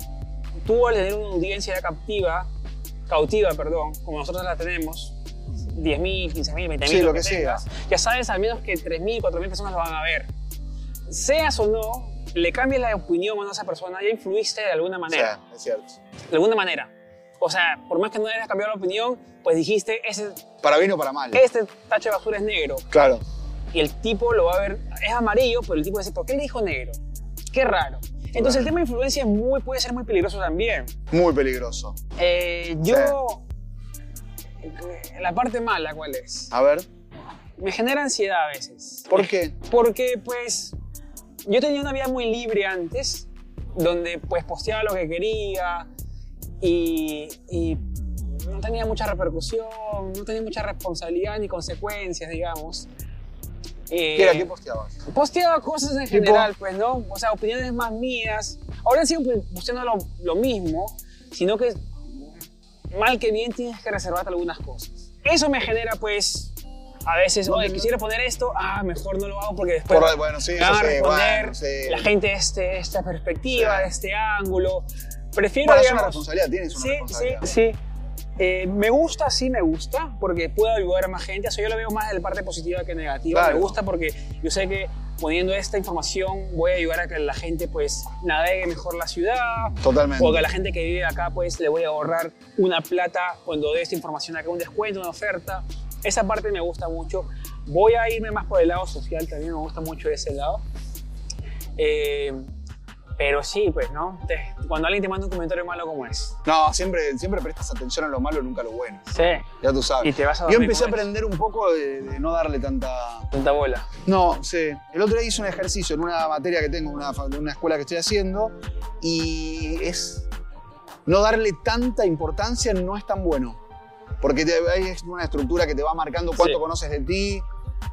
[SPEAKER 1] Tuvo al tener una audiencia captiva, cautiva, perdón, como nosotros la tenemos, 10.000, 15.000, 20.000,
[SPEAKER 2] Sí, lo que
[SPEAKER 1] tengas, Ya sabes al menos que 3.000, 4.000 personas lo van a ver. Seas o no, le cambies la opinión o no a esa persona, ya influiste de alguna manera
[SPEAKER 2] Sí, es cierto.
[SPEAKER 1] de alguna manera. O sea, por más que no hayas cambiado la opinión, pues dijiste, ese,
[SPEAKER 2] Para bien o para mal.
[SPEAKER 1] este tacho de basura es negro.
[SPEAKER 2] Claro.
[SPEAKER 1] Y el tipo lo va a ver, es amarillo, pero el tipo dice, ¿por qué le dijo negro? Qué raro. Entonces el tema de influencia es muy, puede ser muy peligroso también.
[SPEAKER 2] Muy peligroso.
[SPEAKER 1] Eh, yo... La parte mala, ¿cuál es?
[SPEAKER 2] A ver,
[SPEAKER 1] Me genera ansiedad a veces.
[SPEAKER 2] ¿por qué?
[SPEAKER 1] Porque pues yo tenía una vida muy libre antes, donde pues posteaba lo que quería y, y no tenía mucha repercusión, no tenía mucha responsabilidad ni consecuencias, digamos. Eh,
[SPEAKER 2] ¿Qué era? ¿Qué posteabas?
[SPEAKER 1] posteaba Pues, cosas en
[SPEAKER 2] Tipo-
[SPEAKER 1] general, pues, ¿no? O sea, opiniones más mías. Ahora pues, sigo pu- posteando lo, lo mismo, sino que mal que bien tienes que reservarte algunas cosas. Eso me genera, pues, a veces, oye, quisiera poner esto, ah, mejor no lo hago porque después
[SPEAKER 2] Por- bueno, sí,
[SPEAKER 1] me
[SPEAKER 2] eso
[SPEAKER 1] van a
[SPEAKER 2] sí,
[SPEAKER 1] responder
[SPEAKER 2] bueno, sí.
[SPEAKER 1] la gente de este, esta perspectiva,
[SPEAKER 2] Sí.
[SPEAKER 1] de este ángulo. Prefiero,
[SPEAKER 2] Bueno, es una
[SPEAKER 1] digamos,
[SPEAKER 2] responsabilidad, tienes una
[SPEAKER 1] Sí, sí,
[SPEAKER 2] responsabilidad.
[SPEAKER 1] sí. Eh, me gusta, sí me gusta, porque puedo ayudar a más gente. Eso yo lo veo más de la parte positiva que negativa.
[SPEAKER 2] Claro.
[SPEAKER 1] Me gusta porque yo sé que poniendo esta información voy a ayudar a que la gente pues navegue mejor la ciudad.
[SPEAKER 2] Totalmente.
[SPEAKER 1] O que a la gente que vive acá pues le voy a ahorrar una plata cuando dé esta información acá, un descuento, una oferta. Esa parte me gusta mucho. Voy a irme más por el lado social, también me gusta mucho ese lado. Eh, pero sí, pues, ¿no? Te- cuando alguien te manda un comentario malo como es.
[SPEAKER 2] No, siempre, siempre prestas atención a lo malo, nunca a lo bueno.
[SPEAKER 1] Sí.
[SPEAKER 2] Ya tú sabes.
[SPEAKER 1] Y te vas a
[SPEAKER 2] Yo
[SPEAKER 1] dormir
[SPEAKER 2] empecé a
[SPEAKER 1] con eso.
[SPEAKER 2] aprender un poco de, de no darle tanta...
[SPEAKER 1] Tanta bola.
[SPEAKER 2] No, sí. El otro día hice un ejercicio en una materia que tengo, una, fa- una escuela que estoy haciendo, y es no darle tanta importancia no es tan bueno. Porque te, hay una estructura que te va marcando cuánto
[SPEAKER 1] Sí.
[SPEAKER 2] conoces de ti,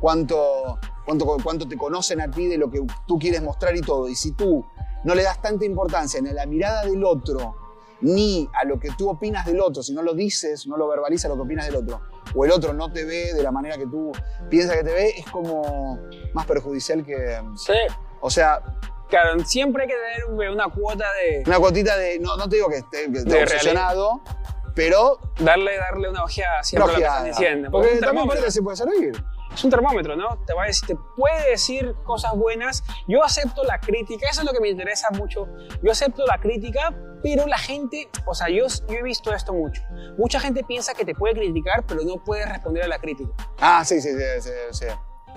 [SPEAKER 2] cuánto, cuánto, cuánto te conocen a ti de lo que tú quieres mostrar y todo. Y si tú no le das tanta importancia ni a la mirada del otro, ni a lo que tú opinas del otro, si no lo dices, no lo verbalizas lo que opinas del otro, o el otro no te ve de la manera que tú piensas que te ve, es como más perjudicial que...
[SPEAKER 1] Sí.
[SPEAKER 2] O sea,
[SPEAKER 1] Claro, siempre hay que tener una cuota de
[SPEAKER 2] una cuotita de... No, no te digo que esté, que esté
[SPEAKER 1] De
[SPEAKER 2] obsesionado, pero...
[SPEAKER 1] darle, darle una ojeada siempre
[SPEAKER 2] una
[SPEAKER 1] a lo que
[SPEAKER 2] ojeada.
[SPEAKER 1] están diciendo.
[SPEAKER 2] Porque
[SPEAKER 1] es un
[SPEAKER 2] también parece
[SPEAKER 1] termómetro.
[SPEAKER 2] que se puede servir.
[SPEAKER 1] Es un termómetro, ¿no? Te va a decir, te puede decir cosas buenas. Yo acepto la crítica, eso es lo que me interesa mucho. Yo acepto la crítica, pero la gente, o sea, yo, yo he visto esto mucho. Mucha gente piensa que te puede criticar, pero no puedes responder a la crítica.
[SPEAKER 2] Ah, sí, sí, sí, sí, sí.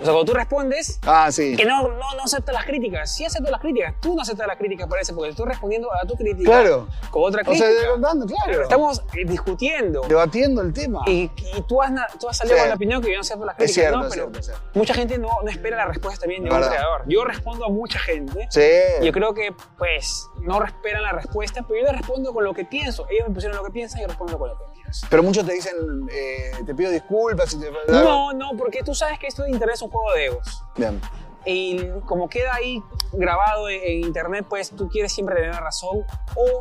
[SPEAKER 1] O sea, cuando tú respondes,
[SPEAKER 2] Ah, sí.
[SPEAKER 1] que no, no, no aceptas las críticas. Sí acepto las críticas, tú no aceptas las críticas, parece, porque estoy respondiendo a tu crítica
[SPEAKER 2] Claro.
[SPEAKER 1] con otra
[SPEAKER 2] O
[SPEAKER 1] crítica.
[SPEAKER 2] sea, dando, claro.
[SPEAKER 1] Estamos eh, discutiendo.
[SPEAKER 2] debatiendo el tema.
[SPEAKER 1] Y, y tú, has, na- tú has salido
[SPEAKER 2] Sí.
[SPEAKER 1] con la opinión que yo no sé por las críticas,
[SPEAKER 2] Es cierto,
[SPEAKER 1] ¿no?
[SPEAKER 2] es
[SPEAKER 1] Pero
[SPEAKER 2] cierto, es cierto.
[SPEAKER 1] mucha gente no, no espera la respuesta también de un
[SPEAKER 2] Verdad.
[SPEAKER 1] creador. Yo respondo a mucha gente. y
[SPEAKER 2] Sí.
[SPEAKER 1] Yo creo que, pues, no esperan la respuesta, pero yo les respondo con lo que pienso. Ellos me pusieron lo que piensan y yo respondo con lo que pienso.
[SPEAKER 2] Pero muchos te dicen, eh, te pido disculpas. y te-
[SPEAKER 1] No, no, porque tú sabes que esto de internet es un juego de egos.
[SPEAKER 2] Bien.
[SPEAKER 1] y como queda ahí grabado en, en internet, pues tú quieres siempre tener la razón o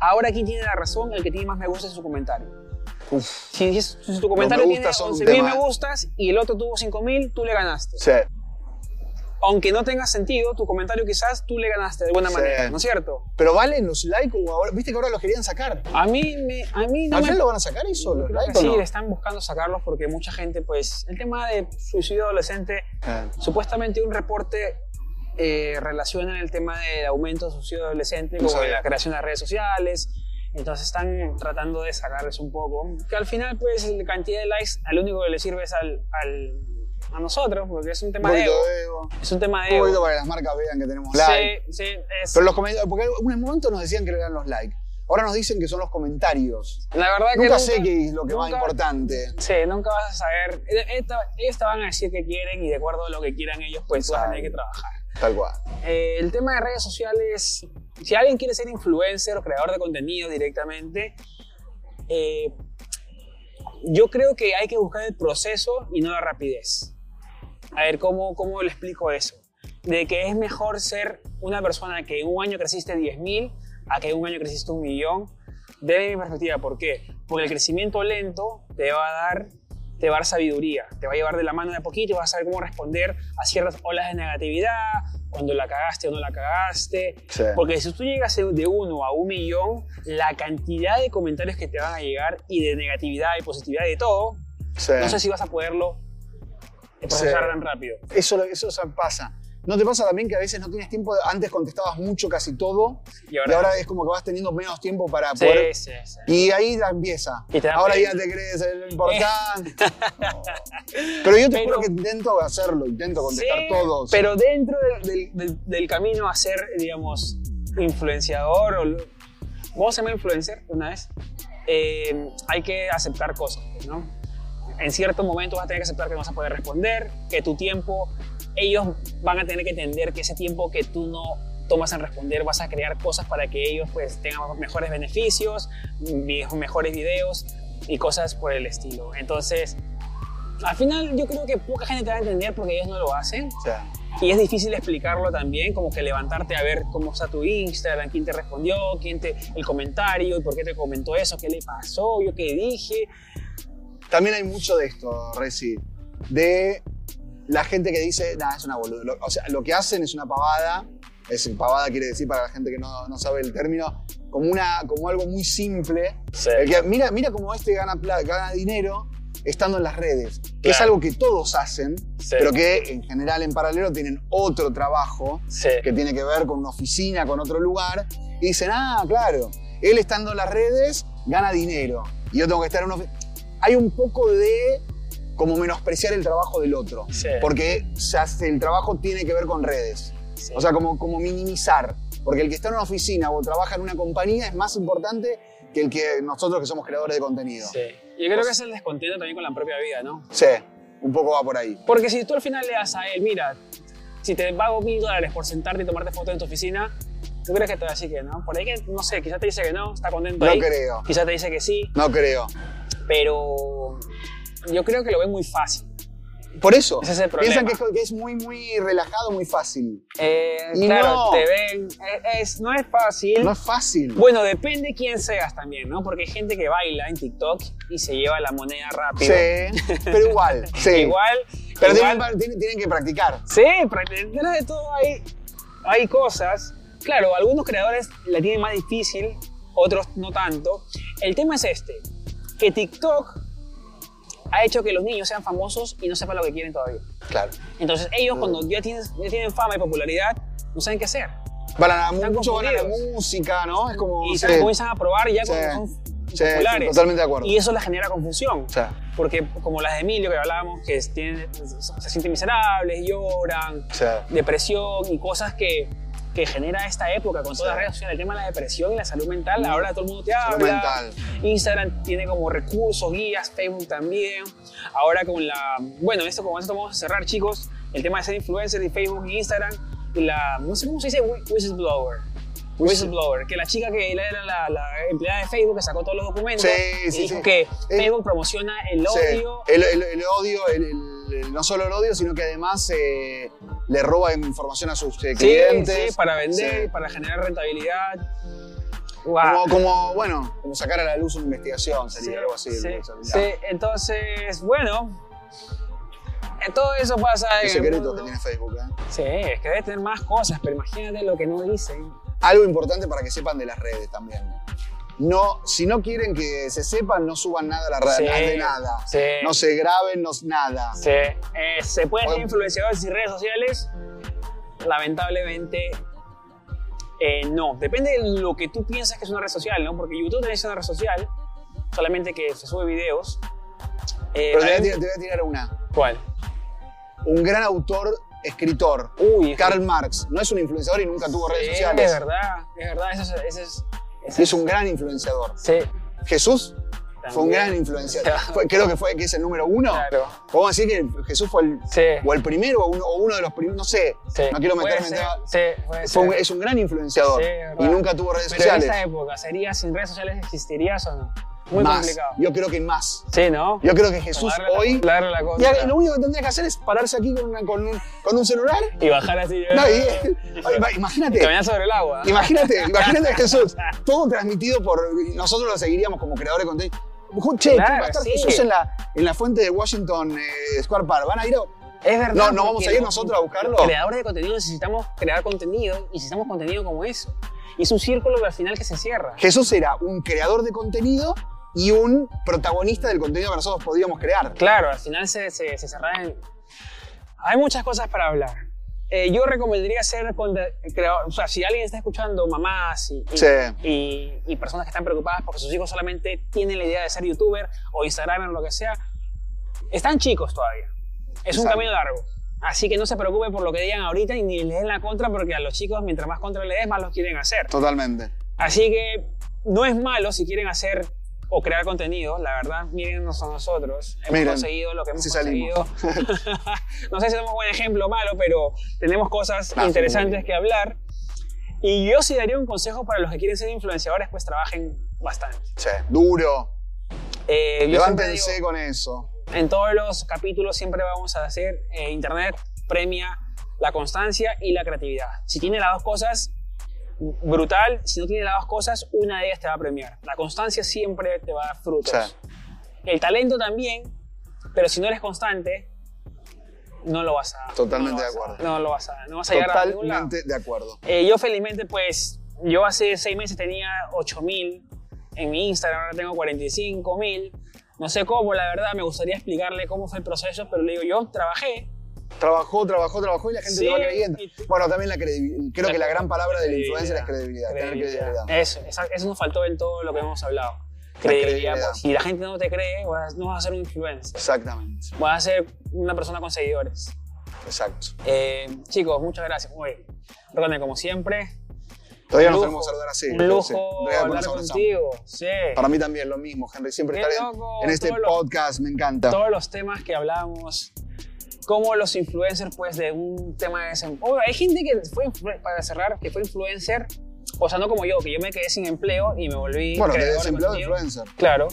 [SPEAKER 1] ahora aquí tiene la razón el que tiene más me gusta es su comentario.
[SPEAKER 2] Uf,
[SPEAKER 1] Si, es- si tu comentario
[SPEAKER 2] me
[SPEAKER 1] tiene
[SPEAKER 2] gustas son un
[SPEAKER 1] 11.000 me
[SPEAKER 2] tema.
[SPEAKER 1] gustas y el otro tuvo 5.000, tú le ganaste.
[SPEAKER 2] sí.
[SPEAKER 1] Aunque no tenga sentido, tu comentario quizás tú le ganaste de buena
[SPEAKER 2] Sí.
[SPEAKER 1] manera, ¿no es cierto?
[SPEAKER 2] Pero valen los likes o ahora, viste que ahora los querían sacar.
[SPEAKER 1] A mí, me, a mí no
[SPEAKER 2] ¿Al
[SPEAKER 1] me...
[SPEAKER 2] final lo van a sacar eso, los
[SPEAKER 1] Creo que
[SPEAKER 2] likes o
[SPEAKER 1] sí,
[SPEAKER 2] no?
[SPEAKER 1] le están buscando sacarlos porque mucha gente, pues, el tema de suicidio adolescente
[SPEAKER 2] Ah,
[SPEAKER 1] Supuestamente un reporte eh, relaciona el tema del aumento de suicidio adolescente
[SPEAKER 2] No
[SPEAKER 1] con
[SPEAKER 2] sabía.
[SPEAKER 1] la creación de las redes sociales. Entonces están tratando de sacarles un poco. Que al final, pues, la cantidad de likes al único que le sirve es al, al- a nosotros, porque es un
[SPEAKER 2] Un
[SPEAKER 1] tema de
[SPEAKER 2] poquito
[SPEAKER 1] ego.
[SPEAKER 2] de ego.
[SPEAKER 1] Es un tema de
[SPEAKER 2] Un poquito
[SPEAKER 1] ego.
[SPEAKER 2] para que las marcas vean que tenemos likes.
[SPEAKER 1] Sí, sí, es-
[SPEAKER 2] Pero los comentarios, porque en un momento nos decían que eran los likes. Ahora nos dicen que son los comentarios.
[SPEAKER 1] la verdad que
[SPEAKER 2] Nunca sé qué es lo que más
[SPEAKER 1] nunca-
[SPEAKER 2] importante.
[SPEAKER 1] Sí, nunca vas a saber. Esta, ellos te van a decir que quieren y de acuerdo a lo que quieran ellos, pues tú vas a tener que
[SPEAKER 2] Exacto.
[SPEAKER 1] trabajar.
[SPEAKER 2] Tal cual.
[SPEAKER 1] Eh, el tema de redes sociales, si alguien quiere ser influencer o creador de contenido directamente, eh, yo creo que hay que buscar el proceso y no la rapidez. A ver, ¿cómo, cómo le explico eso? De que es mejor ser una persona que en un año creciste 10.000 a que en un año creciste un millón. Desde mi perspectiva, ¿por qué? Porque el crecimiento lento te va a dar te va a dar sabiduría, te va a llevar de la mano de a poquito y vas a saber cómo responder a ciertas olas de negatividad, cuando la cagaste o no la cagaste.
[SPEAKER 2] Sí.
[SPEAKER 1] Porque si tú llegas de uno a un millón, la cantidad de comentarios que te van a llegar y de negatividad y positividad y de todo,
[SPEAKER 2] Sí.
[SPEAKER 1] no sé si vas a poderlo procesar tan rápido.
[SPEAKER 2] Eso, eso pasa. ¿No te pasa también que a veces no tienes tiempo? Antes contestabas mucho casi todo
[SPEAKER 1] Y
[SPEAKER 2] y ahora es como que vas teniendo menos tiempo para
[SPEAKER 1] Sí,
[SPEAKER 2] poder...
[SPEAKER 1] sí, sí.
[SPEAKER 2] Y ahí la empieza.
[SPEAKER 1] Y te da
[SPEAKER 2] ahora
[SPEAKER 1] pena.
[SPEAKER 2] ya te crees el importante. No. Pero yo te
[SPEAKER 1] Pero-
[SPEAKER 2] juro que intento hacerlo, intento contestar
[SPEAKER 1] Sí,
[SPEAKER 2] todos.
[SPEAKER 1] Pero dentro del, del- del- del camino a ser, digamos, influenciador o lo- vos se me influencer una vez, eh, hay que aceptar cosas, pues, ¿no? En cierto momento vas a tener que aceptar que no vas a poder responder, que tu tiempo, ellos van a tener que entender que ese tiempo que tú no tomas en responder vas a crear cosas para que ellos pues tengan mejores beneficios, vi- mejores videos y cosas por el estilo. Entonces, al final yo creo que poca gente te va a entender porque ellos no lo hacen,
[SPEAKER 2] O sea,
[SPEAKER 1] y es difícil explicarlo también, como que levantarte a ver cómo está tu Instagram, quién te respondió, quién te el comentario, y por qué te comentó eso, qué le pasó, yo qué dije.
[SPEAKER 2] también hay mucho de esto, Reci, de la gente que dice, nada, es una boluda. Lo- o sea, lo que hacen es una pavada, es pavada quiere decir para la gente que no, no sabe el término, como, una, como algo muy simple. El Eh, que- mira, mira cómo este gana, pla- gana dinero estando en las redes, que es
[SPEAKER 1] Claro.
[SPEAKER 2] algo que todos hacen,
[SPEAKER 1] Sí.
[SPEAKER 2] pero que en general en paralelo tienen otro trabajo
[SPEAKER 1] Sí.
[SPEAKER 2] que tiene que ver con una oficina, con otro lugar, y dicen, ah, claro, él estando en las redes gana dinero, y yo tengo que estar en una oficina. Hay un poco de como menospreciar el trabajo del otro,
[SPEAKER 1] Sí.
[SPEAKER 2] porque se hace- el trabajo tiene que ver con redes,
[SPEAKER 1] Sí.
[SPEAKER 2] o sea, como, como minimizar, porque el que está en una oficina o trabaja en una compañía es más importante que el que nosotros que somos creadores de contenido.
[SPEAKER 1] Sí. Yo creo que es el descontento también con la propia vida, ¿no?
[SPEAKER 2] Sí, un poco va por ahí.
[SPEAKER 1] Porque si tú al final le das a él, mira, si te pago mil dólares por sentarte y tomarte fotos en tu oficina, ¿tú crees que te va a decir que no? Por ahí que, no sé, quizás te dice que no, está contento
[SPEAKER 2] No
[SPEAKER 1] ahí.
[SPEAKER 2] creo,
[SPEAKER 1] Quizás te dice que sí,
[SPEAKER 2] no creo.
[SPEAKER 1] pero yo creo que lo ven muy fácil.
[SPEAKER 2] Por eso,
[SPEAKER 1] Ese es el
[SPEAKER 2] piensan
[SPEAKER 1] problema.
[SPEAKER 2] que, es- que es muy, muy relajado, muy fácil.
[SPEAKER 1] Eh,
[SPEAKER 2] Y
[SPEAKER 1] claro,
[SPEAKER 2] no.
[SPEAKER 1] te ven. Eh, Es, no es fácil.
[SPEAKER 2] No es fácil.
[SPEAKER 1] Bueno, depende quién seas también, ¿no? Porque hay gente que baila en TikTok y se lleva la moneda rápido.
[SPEAKER 2] Sí, pero igual. Sí.
[SPEAKER 1] Igual. igual-
[SPEAKER 2] pero tienen, pa- tienen- tienen que practicar.
[SPEAKER 1] Sí, pero detrás de todo hay, hay cosas. Claro, algunos creadores la tienen más difícil, otros no tanto. El tema es este, que TikTok ha hecho que los niños sean famosos y no sepan lo que quieren todavía.
[SPEAKER 2] Claro.
[SPEAKER 1] Entonces
[SPEAKER 2] Mm.
[SPEAKER 1] ellos cuando ya tienen, ya tienen fama y popularidad, no saben qué hacer.
[SPEAKER 2] Para la,
[SPEAKER 1] Están
[SPEAKER 2] mucho van a la
[SPEAKER 1] confundidos.
[SPEAKER 2] música, ¿no? Es como.
[SPEAKER 1] y
[SPEAKER 2] sí,
[SPEAKER 1] saben, comienzan a probar ya
[SPEAKER 2] Sí.
[SPEAKER 1] cuando son
[SPEAKER 2] sí,
[SPEAKER 1] populares.
[SPEAKER 2] totalmente de acuerdo.
[SPEAKER 1] Y eso les genera confusión.
[SPEAKER 2] Sí.
[SPEAKER 1] Porque como las de Emilio que hablábamos, que tienen- se sienten miserables, lloran,
[SPEAKER 2] Sí.
[SPEAKER 1] depresión y cosas que, que genera esta época con todas
[SPEAKER 2] Sí.
[SPEAKER 1] las redes sociales. El tema de la depresión y la salud mental, ahora todo el mundo te habla.
[SPEAKER 2] Salud mental.
[SPEAKER 1] Instagram tiene como recursos, guías, Facebook también. Ahora con la... Bueno, esto con esto vamos a cerrar, chicos. El tema de ser influencer de Facebook e Instagram. Y la... No sé cómo se dice, whi- whistleblower. Whistleblower, que la chica que era la, la- la empleada de Facebook que sacó todos los documentos
[SPEAKER 2] Sí,
[SPEAKER 1] y
[SPEAKER 2] sí,
[SPEAKER 1] dijo
[SPEAKER 2] sí.
[SPEAKER 1] que
[SPEAKER 2] El-
[SPEAKER 1] Facebook promociona el
[SPEAKER 2] Sí.
[SPEAKER 1] odio.
[SPEAKER 2] El, el- el odio, el- el- el- no solo el odio, sino que además eh, le roba información a sus eh,
[SPEAKER 1] Sí,
[SPEAKER 2] clientes.
[SPEAKER 1] sí, para vender,
[SPEAKER 2] Sí.
[SPEAKER 1] para generar rentabilidad.
[SPEAKER 2] Como,
[SPEAKER 1] Wow.
[SPEAKER 2] como, bueno, como sacar a la luz una investigación, sería algo así.
[SPEAKER 1] sí,
[SPEAKER 2] algo así.
[SPEAKER 1] sí. entonces, bueno, eh, todo eso pasa en
[SPEAKER 2] Qué
[SPEAKER 1] el
[SPEAKER 2] secreto
[SPEAKER 1] mundo.
[SPEAKER 2] que tiene Facebook, ¿eh?
[SPEAKER 1] Sí, es que debe tener más cosas, pero imagínate lo que no dicen.
[SPEAKER 2] Algo importante para que sepan de las redes también. No, si no quieren que se sepan, no suban nada a la red,
[SPEAKER 1] Sí,
[SPEAKER 2] de nada.
[SPEAKER 1] sí.
[SPEAKER 2] No se graben, no, nada.
[SPEAKER 1] Sí, eh, se pueden ser
[SPEAKER 2] Bueno.
[SPEAKER 1] influenciadores y redes sociales. Lamentablemente, eh, no. Depende de lo que tú piensas que es una red social, ¿no? Porque YouTube también es una red social, solamente que se sube videos. Eh,
[SPEAKER 2] Pero te voy, a
[SPEAKER 1] también-
[SPEAKER 2] tirar, te voy a tirar una.
[SPEAKER 1] ¿Cuál?
[SPEAKER 2] Un gran autor, escritor,
[SPEAKER 1] Uy,
[SPEAKER 2] Karl Marx, no es un influenciador y nunca tuvo redes
[SPEAKER 1] sí,
[SPEAKER 2] sociales.
[SPEAKER 1] Es verdad, es verdad, eso es. Eso es, eso
[SPEAKER 2] Es un gran influenciador.
[SPEAKER 1] Sí.
[SPEAKER 2] Jesús fue un
[SPEAKER 1] también.
[SPEAKER 2] gran influenciador. Fue- creo que fue que es el número uno.
[SPEAKER 1] Claro.
[SPEAKER 2] Podemos decir que Jesús fue el,
[SPEAKER 1] Sí.
[SPEAKER 2] o el primero o uno, o uno de los primeros, no sé.
[SPEAKER 1] sí.
[SPEAKER 2] No quiero
[SPEAKER 1] Puede
[SPEAKER 2] meterme en
[SPEAKER 1] ser,
[SPEAKER 2] tema-
[SPEAKER 1] Sí, puede
[SPEAKER 2] Fue un-
[SPEAKER 1] ser.
[SPEAKER 2] es un gran influenciador
[SPEAKER 1] Sí, es
[SPEAKER 2] y
[SPEAKER 1] verdad.
[SPEAKER 2] nunca tuvo redes
[SPEAKER 1] Pero en
[SPEAKER 2] sociales.
[SPEAKER 1] esta época, ¿sería sin redes sociales existirías o no? Muy
[SPEAKER 2] más.
[SPEAKER 1] complicado.
[SPEAKER 2] Yo creo que más.
[SPEAKER 1] Sí, ¿no?
[SPEAKER 2] Yo creo que Jesús
[SPEAKER 1] Darle la-
[SPEAKER 2] hoy.
[SPEAKER 1] darle la
[SPEAKER 2] y
[SPEAKER 1] contra.
[SPEAKER 2] ahora lo único que tendría que hacer es pararse aquí con, una- con, un, con un celular.
[SPEAKER 1] Y bajar así.
[SPEAKER 2] No, y-
[SPEAKER 1] Ay, va-
[SPEAKER 2] Ay, imagínate.
[SPEAKER 1] Caminar sobre el agua.
[SPEAKER 2] Imagínate, imagínate a Jesús. Todo transmitido por. Nosotros lo seguiríamos como creadores de contenido. Ju- Che,
[SPEAKER 1] Claro,
[SPEAKER 2] ¿qué va a estar
[SPEAKER 1] sí.
[SPEAKER 2] Jesús en la, en la fuente de Washington eh, Square Park. ¿Van a ir? a-
[SPEAKER 1] Es verdad.
[SPEAKER 2] No, no vamos
[SPEAKER 1] porque
[SPEAKER 2] a ir
[SPEAKER 1] los-
[SPEAKER 2] nosotros a buscarlo.
[SPEAKER 1] los Creadores de contenido necesitamos crear contenido y necesitamos contenido como eso. Y es un círculo que al final que se cierra.
[SPEAKER 2] Jesús era un creador de contenido y un protagonista del contenido que nosotros podíamos crear.
[SPEAKER 1] Claro, al final se, se, se cerraba en- Hay muchas cosas para hablar. Eh, yo recomendaría ser conte- creador. O sea, si alguien está escuchando, mamás y, y-
[SPEAKER 2] Sí.
[SPEAKER 1] y- y personas que están preocupadas porque sus hijos solamente tienen la idea de ser youtuber o instagramer o lo que sea, están chicos todavía. Es un
[SPEAKER 2] Exacto.
[SPEAKER 1] camino largo. Así que no se preocupe por lo que digan ahorita y ni les den la contra porque a los chicos mientras más contra les des, más los quieren hacer.
[SPEAKER 2] Totalmente.
[SPEAKER 1] Así que no es malo si quieren hacer o crear contenido, la verdad, mírennos a nosotros. Hemos
[SPEAKER 2] Miren,
[SPEAKER 1] conseguido lo que hemos
[SPEAKER 2] sí
[SPEAKER 1] conseguido. no sé si somos buen ejemplo o malo, pero tenemos cosas
[SPEAKER 2] Nah,
[SPEAKER 1] interesantes
[SPEAKER 2] somos
[SPEAKER 1] que hablar. Y yo sí daría un consejo para los que quieren ser influenciadores, pues trabajen bastante.
[SPEAKER 2] Sí, duro.
[SPEAKER 1] Eh, yo siempre digo-
[SPEAKER 2] Levántense con eso.
[SPEAKER 1] en todos los capítulos siempre vamos a hacer eh, Internet premia la constancia y la creatividad. Si tiene las dos cosas, brutal. Si no tiene las dos cosas, una de ellas te va a premiar. La constancia siempre te va a dar frutos.
[SPEAKER 2] Sí.
[SPEAKER 1] El talento también, pero si no eres constante, no lo vas a... no lo
[SPEAKER 2] Totalmente de
[SPEAKER 1] vas a-
[SPEAKER 2] acuerdo.
[SPEAKER 1] no lo vas a... No vas a llegar a ningún lado.
[SPEAKER 2] Totalmente de acuerdo.
[SPEAKER 1] Eh, yo felizmente, pues, yo hace seis meses tenía 8000 en mi Instagram, ahora tengo 45000. No sé cómo, la verdad, me gustaría explicarle cómo fue el proceso, pero le digo, yo trabajé.
[SPEAKER 2] Trabajó, trabajó, trabajó y la gente
[SPEAKER 1] Sí,
[SPEAKER 2] le va creyendo.
[SPEAKER 1] y-
[SPEAKER 2] Bueno, también la credibilidad. Creo que la gran palabra de la influencia es
[SPEAKER 1] Credibilidad. Eh.
[SPEAKER 2] credibilidad. Tener credibilidad.
[SPEAKER 1] Eso, esa- eso nos faltó en todo lo que hemos hablado. Credibilidad.
[SPEAKER 2] credibilidad.
[SPEAKER 1] pues, si la gente no te cree, vas- no vas a ser un influencer.
[SPEAKER 2] Exactamente,
[SPEAKER 1] Vas a ser una persona con seguidores.
[SPEAKER 2] exacto.
[SPEAKER 1] Eh, chicos, muchas gracias. Oye, Ronald, como siempre,
[SPEAKER 2] Todavía
[SPEAKER 1] un lujo,
[SPEAKER 2] nos tenemos que saludar así.
[SPEAKER 1] un
[SPEAKER 2] pero
[SPEAKER 1] lujo
[SPEAKER 2] sí, todavía con
[SPEAKER 1] hablar
[SPEAKER 2] eso abrazamos.
[SPEAKER 1] contigo. Sí.
[SPEAKER 2] Para mí también lo mismo, Henry. Siempre
[SPEAKER 1] Qué
[SPEAKER 2] estar en,
[SPEAKER 1] loco,
[SPEAKER 2] en este
[SPEAKER 1] todo lo-
[SPEAKER 2] podcast me encanta.
[SPEAKER 1] todos los temas que hablamos, cómo los influencers, pues, de un tema de desempleo. Hay gente que fue, influ- para cerrar, que fue influencer, o sea, no como yo, que yo me quedé sin empleo y me volví.
[SPEAKER 2] bueno, de
[SPEAKER 1] creador de
[SPEAKER 2] desempleado
[SPEAKER 1] contenido.
[SPEAKER 2] influencer.
[SPEAKER 1] Claro.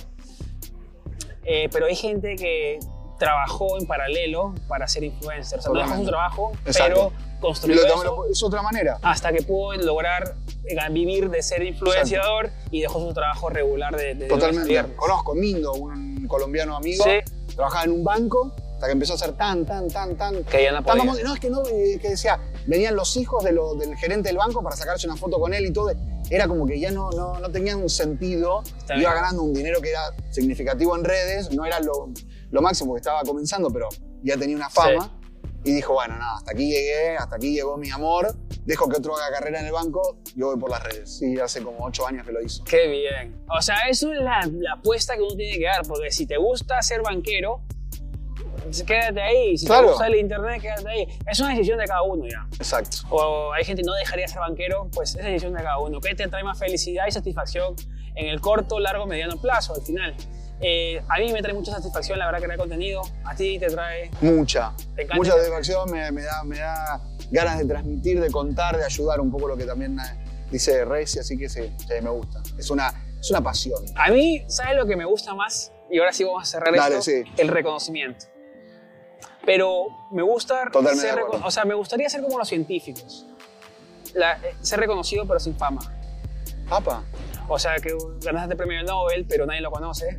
[SPEAKER 1] Eh, pero hay gente que trabajó en paralelo para ser influencer. O sea, no dejó su
[SPEAKER 2] Totalmente.
[SPEAKER 1] trabajo,
[SPEAKER 2] Exacto.
[SPEAKER 1] pero
[SPEAKER 2] Y
[SPEAKER 1] construyó
[SPEAKER 2] lo-
[SPEAKER 1] eso
[SPEAKER 2] lo- es otra manera.
[SPEAKER 1] hasta que pudo lograr eh, vivir de ser influenciador y dejó su trabajo regular de, de lunes a
[SPEAKER 2] Totalmente.
[SPEAKER 1] viernes.
[SPEAKER 2] Conozco, Mindo, un colombiano amigo.
[SPEAKER 1] Sí.
[SPEAKER 2] Trabajaba en un banco hasta que empezó a hacer tan, tan, tan, tan.
[SPEAKER 1] Que ya no
[SPEAKER 2] tan
[SPEAKER 1] podía.
[SPEAKER 2] famoso. No, es que no, eh, que decía, venían los hijos de lo- del gerente del banco para sacarse una foto con él y todo. Era como que ya no, no, no tenía un sentido.
[SPEAKER 1] Está
[SPEAKER 2] Iba
[SPEAKER 1] bien.
[SPEAKER 2] ganando un dinero que era significativo en redes, no era lo, lo máximo que estaba comenzando, pero ya tenía una fama. Y dijo, bueno, nada, hasta aquí llegué, hasta aquí llegó mi amor, dejo que otro haga carrera en el banco, yo voy por las redes. Y hace como ocho años que lo hizo.
[SPEAKER 1] Qué bien. O sea, eso es la, la apuesta que uno tiene que dar, porque si te gusta ser banquero, pues, quédate ahí. Si te
[SPEAKER 2] Claro.
[SPEAKER 1] gusta el internet, quédate ahí. Es una decisión de cada uno ya.
[SPEAKER 2] Exacto.
[SPEAKER 1] O hay gente que no dejaría de ser banquero, pues es decisión de cada uno. ¿Qué te trae más felicidad y satisfacción en el corto, largo, mediano plazo al final? Eh, a mí me trae mucha satisfacción la verdad crear contenido. A ti te trae.
[SPEAKER 2] Mucha.
[SPEAKER 1] Te encanta
[SPEAKER 2] Mucha
[SPEAKER 1] que-
[SPEAKER 2] satisfacción, me, me da, me da ganas de transmitir, de contar, de ayudar un poco lo que también eh, dice Reci, así que sí, sí, me gusta. Es una, es una pasión.
[SPEAKER 1] A mí, ¿sabes lo que me gusta más? Y ahora sí vamos a cerrar
[SPEAKER 2] Dale,
[SPEAKER 1] esto.
[SPEAKER 2] sí.
[SPEAKER 1] El reconocimiento. Pero me gusta
[SPEAKER 2] Totalmente
[SPEAKER 1] ser
[SPEAKER 2] de
[SPEAKER 1] reco-
[SPEAKER 2] acuerdo.
[SPEAKER 1] o sea, me gustaría ser como los científicos. La- eh, ser reconocido pero sin fama.
[SPEAKER 2] Apa,
[SPEAKER 1] O sea, que ganaste el premio Nobel pero nadie lo conoce.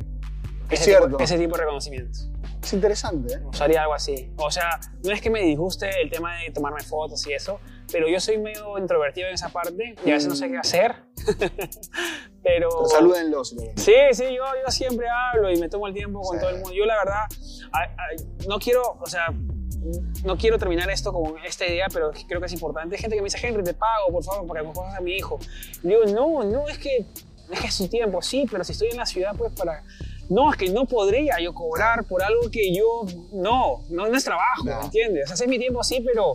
[SPEAKER 2] Es
[SPEAKER 1] Ese tipo-
[SPEAKER 2] cierto.
[SPEAKER 1] ese tipo de reconocimientos.
[SPEAKER 2] es interesante, ¿eh?
[SPEAKER 1] Usaría algo así. O sea, no es que me disguste el tema de tomarme fotos y eso, pero yo soy medio introvertido en esa parte y a veces no sé qué hacer. pero...
[SPEAKER 2] Pero salúdenlo. si lo ven.
[SPEAKER 1] Sí, sí, yo, yo siempre hablo y me tomo el tiempo con
[SPEAKER 2] Sí.
[SPEAKER 1] todo el mundo. Yo la verdad, a- a- no quiero, o sea, no quiero terminar esto con esta idea, pero creo que es importante. Hay gente que me dice, Henry, te pago, por favor, para que me cojas a mi hijo. Y yo, no, no, es que es que es su tiempo, sí, pero si estoy en la ciudad, pues para... No, es que no podría yo cobrar por algo que yo... No, no, no es trabajo,
[SPEAKER 2] No.
[SPEAKER 1] ¿entiendes? O sea, sí es mi tiempo, sí, pero...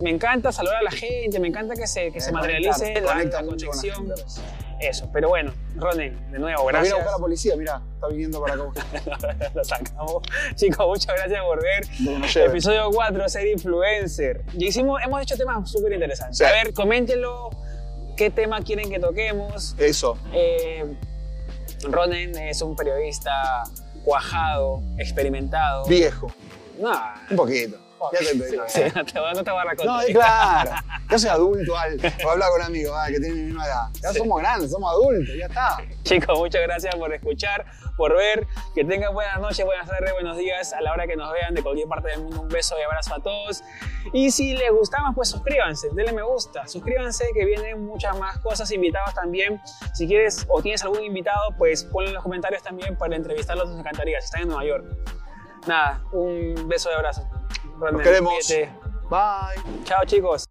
[SPEAKER 1] Me encanta saludar a la gente, me encanta que se, que se
[SPEAKER 2] Eh,
[SPEAKER 1] materialice
[SPEAKER 2] conectar,
[SPEAKER 1] la,
[SPEAKER 2] conecta
[SPEAKER 1] la
[SPEAKER 2] mucho con la
[SPEAKER 1] conexión.
[SPEAKER 2] gente, Reci. Nos
[SPEAKER 1] Eso, pero bueno, Ronen, de nuevo,
[SPEAKER 2] viene
[SPEAKER 1] gracias.
[SPEAKER 2] a buscar la policía, mira, está viniendo para acá.
[SPEAKER 1] Lo sacamos. Chicos, muchas gracias por ver.
[SPEAKER 2] donde nos lleve.
[SPEAKER 1] Episodio 4, ser influencer. Y hicimos, hemos hecho temas súper interesantes.
[SPEAKER 2] Sí.
[SPEAKER 1] A ver, coméntenlo, qué tema quieren que toquemos.
[SPEAKER 2] Eso,
[SPEAKER 1] Eh, Ronen es un periodista cuajado, experimentado.
[SPEAKER 2] viejo,
[SPEAKER 1] No,
[SPEAKER 2] un poquito. Ya te entendí.
[SPEAKER 1] sí, no te va- no te va a dar
[SPEAKER 2] No,
[SPEAKER 1] cuenta.
[SPEAKER 2] es claro. Yo soy adulto, al, o habla con amigos al, que tienen mi misma edad. Ya
[SPEAKER 1] Sí.
[SPEAKER 2] somos grandes, somos adultos, ya está.
[SPEAKER 1] Chicos, muchas gracias por escuchar, por ver. Que tengan buenas noches, buenas tardes, buenos días a la hora que nos vean de cualquier parte del mundo. Un beso y abrazo a todos. Y si les gustamos, pues suscríbanse, denle me gusta, suscríbanse que vienen muchas más cosas, invitados también. Si quieres o tienes algún invitado, pues ponlo en los comentarios también para entrevistarlos, nos encantaría, si están en Nueva York. Nada, un beso y abrazo. Nos
[SPEAKER 2] queremos. Bye.
[SPEAKER 1] Chao chicos.